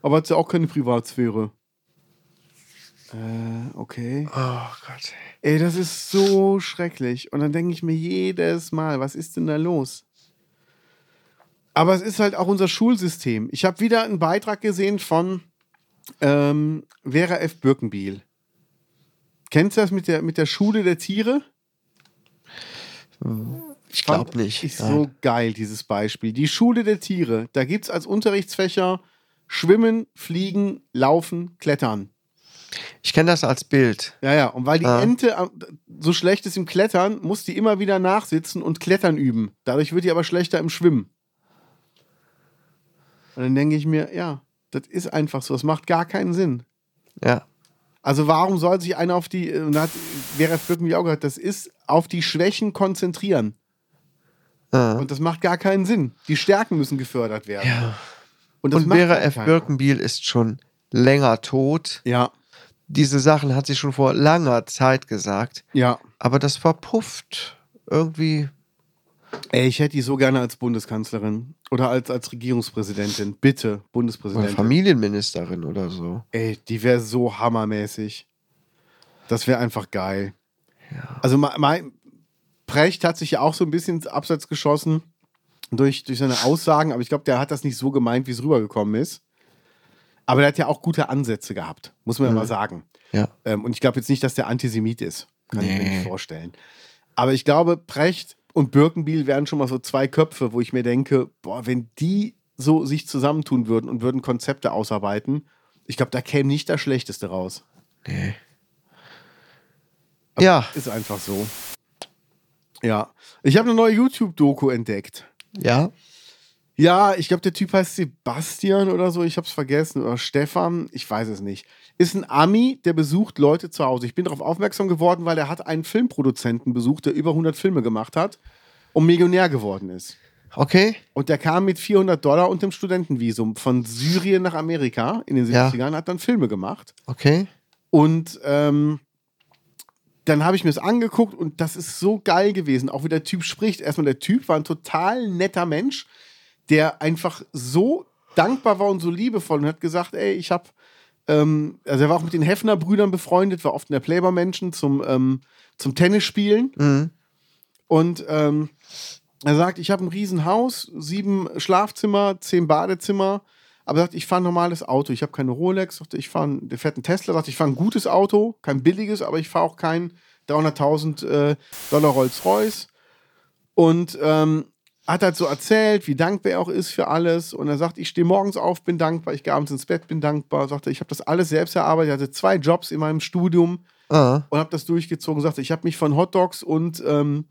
Speaker 2: Aber hat ja auch keine Privatsphäre. Äh, okay.
Speaker 3: Oh Gott. ey.
Speaker 2: Ey, das ist so schrecklich. Und dann denke ich mir jedes Mal, was ist denn da los? Aber es ist halt auch unser Schulsystem. Ich habe wieder einen Beitrag gesehen von ähm, Vera F. Birkenbiel. Kennst du das mit der, mit der Schule der Tiere?
Speaker 3: Ich glaube nicht.
Speaker 2: Ist
Speaker 3: Nein.
Speaker 2: so geil, dieses Beispiel. Die Schule der Tiere. Da gibt es als Unterrichtsfächer Schwimmen, Fliegen, Laufen, Klettern.
Speaker 3: Ich kenne das als Bild.
Speaker 2: Ja, ja. Und weil die
Speaker 3: Ah.
Speaker 2: Ente am- so schlecht ist im Klettern, muss die immer wieder nachsitzen und Klettern üben. Dadurch wird die aber schlechter im Schwimmen. Und dann denke ich mir, ja, das ist einfach so. Das macht gar keinen Sinn.
Speaker 3: Ja.
Speaker 2: Also warum soll sich einer auf die, äh, und da hat Vera Birkenbiel auch gesagt, das ist auf die Schwächen konzentrieren.
Speaker 3: Ah.
Speaker 2: Und das macht gar keinen Sinn. Die Stärken müssen gefördert werden.
Speaker 3: ja.
Speaker 2: Und, das
Speaker 3: Und
Speaker 2: macht
Speaker 3: Vera
Speaker 2: auch
Speaker 3: F.
Speaker 2: keiner.
Speaker 3: Birkenbiel ist schon länger tot.
Speaker 2: Ja,
Speaker 3: Diese Sachen hat sie schon vor langer Zeit gesagt.
Speaker 2: ja.
Speaker 3: Aber das verpufft irgendwie.
Speaker 2: Ey, ich hätte die so gerne als Bundeskanzlerin oder als, als Regierungspräsidentin. Bitte,
Speaker 3: Oder
Speaker 2: Bundespräsidentin.
Speaker 3: Familienministerin oder so.
Speaker 2: Ey, die wäre so hammermäßig. Das wäre einfach geil. Also mein, mein Precht hat sich ja auch so ein bisschen ins Abseits geschossen durch, durch seine Aussagen, aber ich glaube, der hat das nicht so gemeint, wie es rübergekommen ist. Aber der hat ja auch gute Ansätze gehabt, muss man ja mal sagen.
Speaker 3: Ja.
Speaker 2: Ähm, und ich glaube jetzt nicht, dass der Antisemit ist. Kann ich mir
Speaker 3: Nee.
Speaker 2: nicht vorstellen. Aber ich glaube, Precht und Birkenbiel wären schon mal so zwei Köpfe, wo ich mir denke, boah, wenn die so sich zusammentun würden und würden Konzepte ausarbeiten, ich glaube, da käme nicht das Schlechteste raus.
Speaker 3: Nee. Ja,
Speaker 2: Ist einfach so. Ja. Ich habe eine neue YouTube-Doku entdeckt.
Speaker 3: ja.
Speaker 2: Ja, ich glaube, der Typ heißt Sebastian oder so. Ich habe es vergessen. Oder Stefan. Ich weiß es nicht. Ist ein Ami, der besucht Leute zu Hause. Ich bin darauf aufmerksam geworden, weil er hat einen Filmproduzenten besucht, der über 100 Filme gemacht hat und Millionär geworden ist.
Speaker 3: Okay.
Speaker 2: Und der kam mit 400 Dollar und dem Studentenvisum von Syrien nach Amerika in den
Speaker 3: Ja.
Speaker 2: 70ern, hat dann Filme gemacht.
Speaker 3: Okay.
Speaker 2: Und ähm, dann habe ich mir das angeguckt und das ist so geil gewesen, auch wie der Typ spricht. Erstmal, der Typ war ein total netter Mensch, der einfach so dankbar war und so liebevoll und hat gesagt, ey, ich habe, ähm, also er war auch mit den Hefner-Brüdern befreundet, war oft in der Playboy-Menschen zum, ähm, zum Tennisspielen.
Speaker 3: Mhm.
Speaker 2: Und ähm, er sagt, ich habe ein Riesenhaus, sieben Schlafzimmer, zehn Badezimmer. Aber er sagt, ich fahre ein normales Auto. Ich habe keine Rolex. Sagt, er, ich fahre einen der fährt einen Tesla. Sagt, er, ich fahre ein gutes Auto, kein billiges, aber ich fahre auch kein 300.000 äh, Dollar Rolls-Royce. Und ähm, hat halt so erzählt, wie dankbar er auch ist für alles. Und er sagt, ich stehe morgens auf, bin dankbar. Ich gehe abends ins Bett, bin dankbar. Sagt er, ich habe das alles selbst erarbeitet. Ich hatte zwei Jobs in meinem Studium
Speaker 3: Ah.
Speaker 2: und habe das durchgezogen. Sagte, ich habe mich von Hotdogs und, ähm,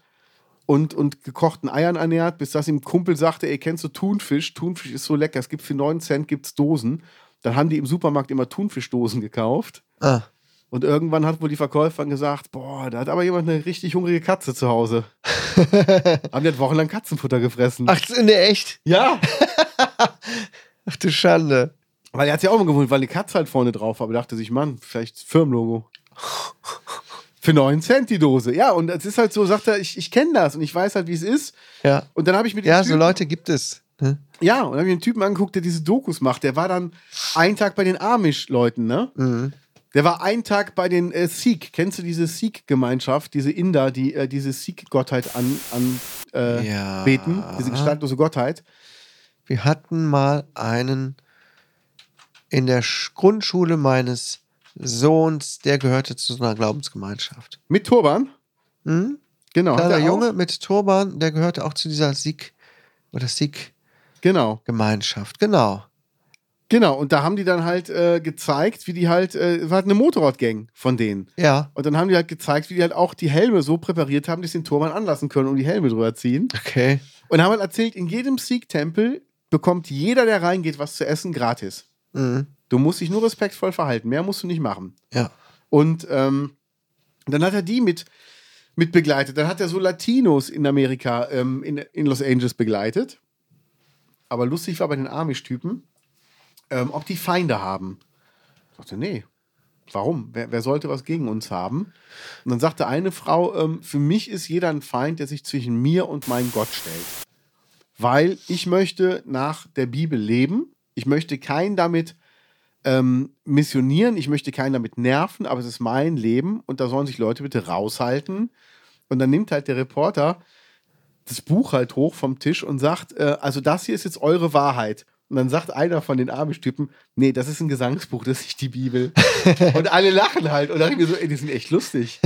Speaker 2: und, und gekochten Eiern ernährt, bis das ihm Kumpel sagte, ey, kennst du Thunfisch? Thunfisch ist so lecker, es gibt für 9 Cent gibt's Dosen. Dann haben die im Supermarkt immer Thunfischdosen gekauft.
Speaker 3: Ah.
Speaker 2: Und irgendwann hat wohl die Verkäuferin gesagt, boah, da hat aber jemand eine richtig hungrige Katze zu Hause. haben die halt wochenlang Katzenfutter gefressen.
Speaker 3: Ach, in der echt?
Speaker 2: ja.
Speaker 3: Ach du Schande.
Speaker 2: Weil er hat sich auch immer gewundert, weil eine Katze halt vorne drauf war. Aber dachte sich, Mann, vielleicht Firmenlogo. Für 9 Cent die Dose. Ja, und es ist halt so, sagt er, ich, ich kenne das und ich weiß halt, wie es ist.
Speaker 3: Ja.
Speaker 2: Und dann habe ich mir den
Speaker 3: Ja, so
Speaker 2: Typen,
Speaker 3: Leute gibt es. ne?
Speaker 2: ja, und dann hab ich mir einen Typen angeguckt, der diese Dokus macht. Der war dann einen Tag bei den Amish-Leuten, ne?
Speaker 3: Mhm.
Speaker 2: Der war einen Tag bei den äh, Sikh. Kennst du diese Sikh-Gemeinschaft, diese Inder, die äh, diese Sikh-Gottheit an, an äh,
Speaker 3: Ja.
Speaker 2: beten, diese gestaltlose Gottheit?
Speaker 3: Wir hatten mal einen in der Sch- Grundschule meines Sohns, der gehörte zu so einer Glaubensgemeinschaft.
Speaker 2: Mit Turban?
Speaker 3: Hm?
Speaker 2: Genau. hat
Speaker 3: Kleiner
Speaker 2: er auch.
Speaker 3: Junge mit Turban, der gehörte auch zu dieser Sikh- oder Sikh-Gemeinschaft.
Speaker 2: Genau.
Speaker 3: Genau.
Speaker 2: Genau, und da haben die dann halt äh, gezeigt, wie die halt, äh, es war halt eine Motorradgang von denen.
Speaker 3: Ja.
Speaker 2: Und dann haben die halt gezeigt, wie die halt auch die Helme so präpariert haben, dass sie den Turban anlassen können und die Helme drüber ziehen.
Speaker 3: Okay.
Speaker 2: Und haben halt erzählt, in jedem Sikh-Tempel bekommt jeder, der reingeht, was zu essen gratis.
Speaker 3: Mhm.
Speaker 2: Du musst dich nur respektvoll verhalten, mehr musst du nicht machen.
Speaker 3: Ja.
Speaker 2: Und ähm, dann hat er die mit, mit begleitet. Dann hat er so Latinos in Amerika, ähm, in, in Los Angeles begleitet. Aber lustig war bei den Amish-Typen, ähm, ob die Feinde haben. Ich dachte, nee, warum? Wer, wer sollte was gegen uns haben? Und dann sagte eine Frau, ähm, für mich ist jeder ein Feind, der sich zwischen mir und meinem Gott stellt. Weil ich möchte nach der Bibel leben. Ich möchte keinen damit ähm, missionieren, ich möchte keinen damit nerven, aber es ist mein Leben und da sollen sich Leute bitte raushalten. Und dann nimmt halt der Reporter das Buch halt hoch vom Tisch und sagt, äh, also das hier ist jetzt eure Wahrheit. Und dann sagt einer von den Amish-Typen, nee, das ist ein Gesangsbuch, das ist nicht die Bibel. und alle lachen halt. Und da dachte ich mir so, ey, die sind echt lustig.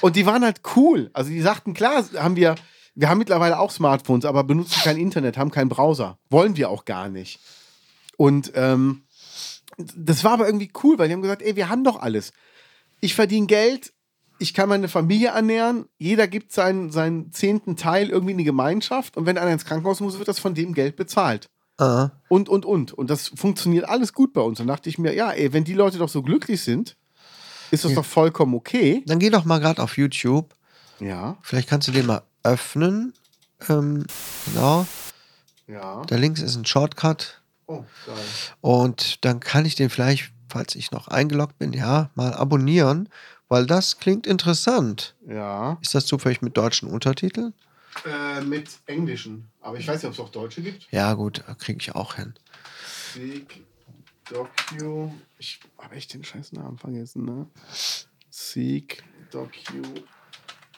Speaker 2: und die waren halt cool. Also die sagten, klar, haben wir, wir haben mittlerweile auch Smartphones, aber benutzen kein Internet, haben keinen Browser. Wollen wir auch gar nicht. Und ähm, das war aber irgendwie cool, weil die haben gesagt, ey, wir haben doch alles. Ich verdiene Geld, ich kann meine Familie ernähren, jeder gibt seinen, seinen zehnten Teil irgendwie in die Gemeinschaft und wenn einer ins Krankenhaus muss, wird das von dem Geld bezahlt.
Speaker 3: Ah.
Speaker 2: Und, und, und. Und das funktioniert alles gut bei uns. Und dachte ich mir, ja, ey, wenn die Leute doch so glücklich sind, ist das doch vollkommen okay.
Speaker 3: Dann geh doch mal gerade auf YouTube.
Speaker 2: Ja,
Speaker 3: Vielleicht kannst du den mal öffnen. Ähm, genau.
Speaker 2: ja.
Speaker 3: Da links ist ein Shortcut.
Speaker 2: Oh, geil.
Speaker 3: Und dann kann ich den vielleicht, falls ich noch eingeloggt bin, ja, mal abonnieren. Weil das klingt interessant.
Speaker 2: Ja.
Speaker 3: Ist das zufällig mit deutschen Untertiteln?
Speaker 2: Äh, mit Englischen. Aber ich weiß nicht, ob es auch Deutsche gibt.
Speaker 3: Ja, gut, kriege ich auch hin.
Speaker 2: Sieg Docu. Ich habe echt den scheiß Namen vergessen, ne? Sieg Docu.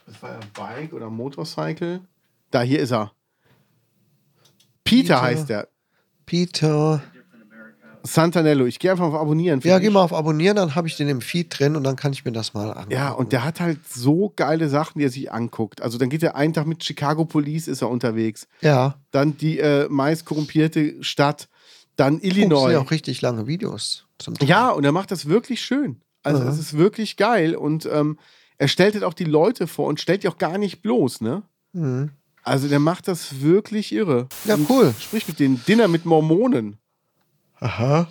Speaker 2: Das war ja Bike oder Motorcycle. Da, hier ist er. Peter,
Speaker 3: Peter.
Speaker 2: heißt er.
Speaker 3: Peter.
Speaker 2: Santanello. Ich gehe einfach auf Abonnieren.
Speaker 3: Ja,
Speaker 2: Find
Speaker 3: geh
Speaker 2: ich.
Speaker 3: mal auf Abonnieren, dann habe ich den im Feed drin und dann kann ich mir das mal angucken.
Speaker 2: Ja, und der hat halt so geile Sachen, die er sich anguckt. Also dann geht er einen Tag mit Chicago Police, ist er unterwegs.
Speaker 3: Ja.
Speaker 2: Dann die äh, meist korrumpierte Stadt. Dann
Speaker 3: Oh, das
Speaker 2: Illinois.
Speaker 3: sind ja auch richtig lange Videos. Zum Teil.
Speaker 2: Ja, und er macht das wirklich schön. Also,
Speaker 3: Ja.
Speaker 2: das ist wirklich geil. Und ähm, er stellt halt auch die Leute vor und stellt die auch gar nicht bloß, ne?
Speaker 3: Mhm.
Speaker 2: Also, der macht das wirklich irre.
Speaker 3: Ja,
Speaker 2: Und
Speaker 3: cool.
Speaker 2: Spricht mit denen Dinner mit Mormonen
Speaker 3: Aha.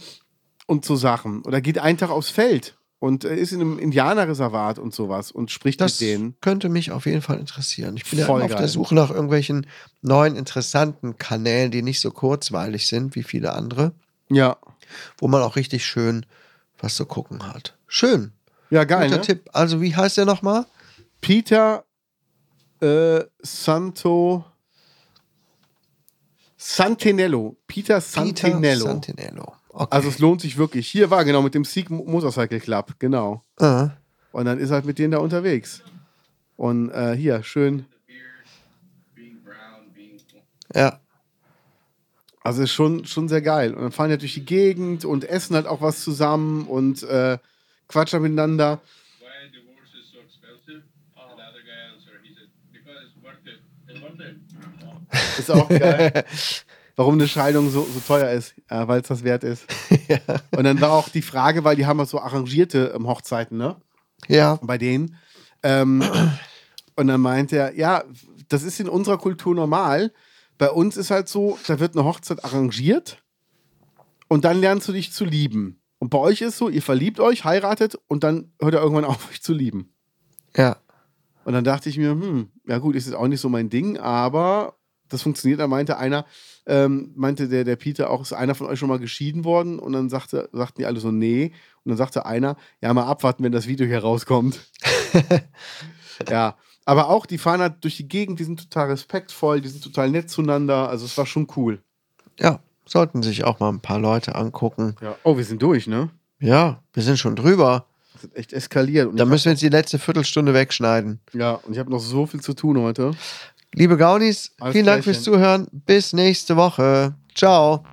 Speaker 2: und so Sachen. Oder geht einen Tag aufs Feld und äh, ist in einem Indianerreservat und sowas und spricht
Speaker 3: Das
Speaker 2: mit denen.
Speaker 3: könnte mich auf jeden Fall interessieren. Ich bin ja
Speaker 2: Voll
Speaker 3: immer auf
Speaker 2: geil.
Speaker 3: der Suche nach irgendwelchen neuen, interessanten Kanälen, die nicht so kurzweilig sind wie viele andere,
Speaker 2: Ja.
Speaker 3: wo man auch richtig schön was zu gucken hat. Schön.
Speaker 2: Ja, geil.
Speaker 3: Guter
Speaker 2: Ne?
Speaker 3: Tipp. Also, wie heißt der nochmal?
Speaker 2: Peter äh, Santo. Santinello. Peter Santinello.
Speaker 3: Peter Santinello. Okay.
Speaker 2: Also es lohnt sich wirklich. Hier war genau mit dem Sieg Mo- Motorcycle Club, genau.
Speaker 3: ah,
Speaker 2: Und dann ist halt mit denen da unterwegs. Und äh, hier, schön.
Speaker 3: ja.
Speaker 2: Also ist schon, schon sehr geil. Und dann fahren die halt durch die Gegend und essen halt auch was zusammen und äh, quatschen miteinander. Ist auch geil. Warum eine Scheidung so, so teuer ist, äh, weil es das wert ist. Und dann war auch die Frage, weil die haben halt so arrangierte ähm, Hochzeiten, ne?
Speaker 3: Ja.
Speaker 2: bei denen. Ähm, und dann meint er, ja, das ist in unserer Kultur normal. Bei uns ist halt so, da wird eine Hochzeit arrangiert und dann lernst du dich zu lieben. Und bei euch ist so, ihr verliebt euch, heiratet und dann hört er irgendwann auf, euch zu lieben.
Speaker 3: Ja.
Speaker 2: Und dann dachte ich mir, hm, ja gut, ist jetzt auch nicht so mein Ding, aber das funktioniert. Dann meinte einer, ähm, meinte der, der Peter auch, ist einer von euch schon mal geschieden worden? Und dann sagte, sagten die alle so, nee. Und dann sagte einer, ja, mal abwarten, wenn das Video hier rauskommt. ja, aber auch, die fahren halt durch die Gegend, die sind total respektvoll, die sind total nett zueinander. Also es war schon cool.
Speaker 3: Ja. Sollten sich auch mal ein paar Leute angucken.
Speaker 2: Ja. Oh, wir sind durch, ne?
Speaker 3: Ja, wir sind schon drüber.
Speaker 2: Das ist echt eskaliert. Und
Speaker 3: Da
Speaker 2: ich,
Speaker 3: müssen wir jetzt die letzte Viertelstunde wegschneiden.
Speaker 2: ja, und ich habe noch so viel zu tun heute.
Speaker 3: Liebe Gaunis,
Speaker 2: Alles
Speaker 3: vielen Dank fürs
Speaker 2: Klärchen.
Speaker 3: Zuhören. Bis nächste Woche. Ciao.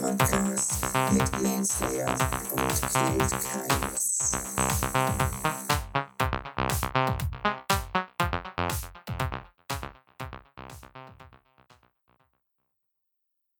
Speaker 10: Podcast mit Jens Lea und Knut Kreis.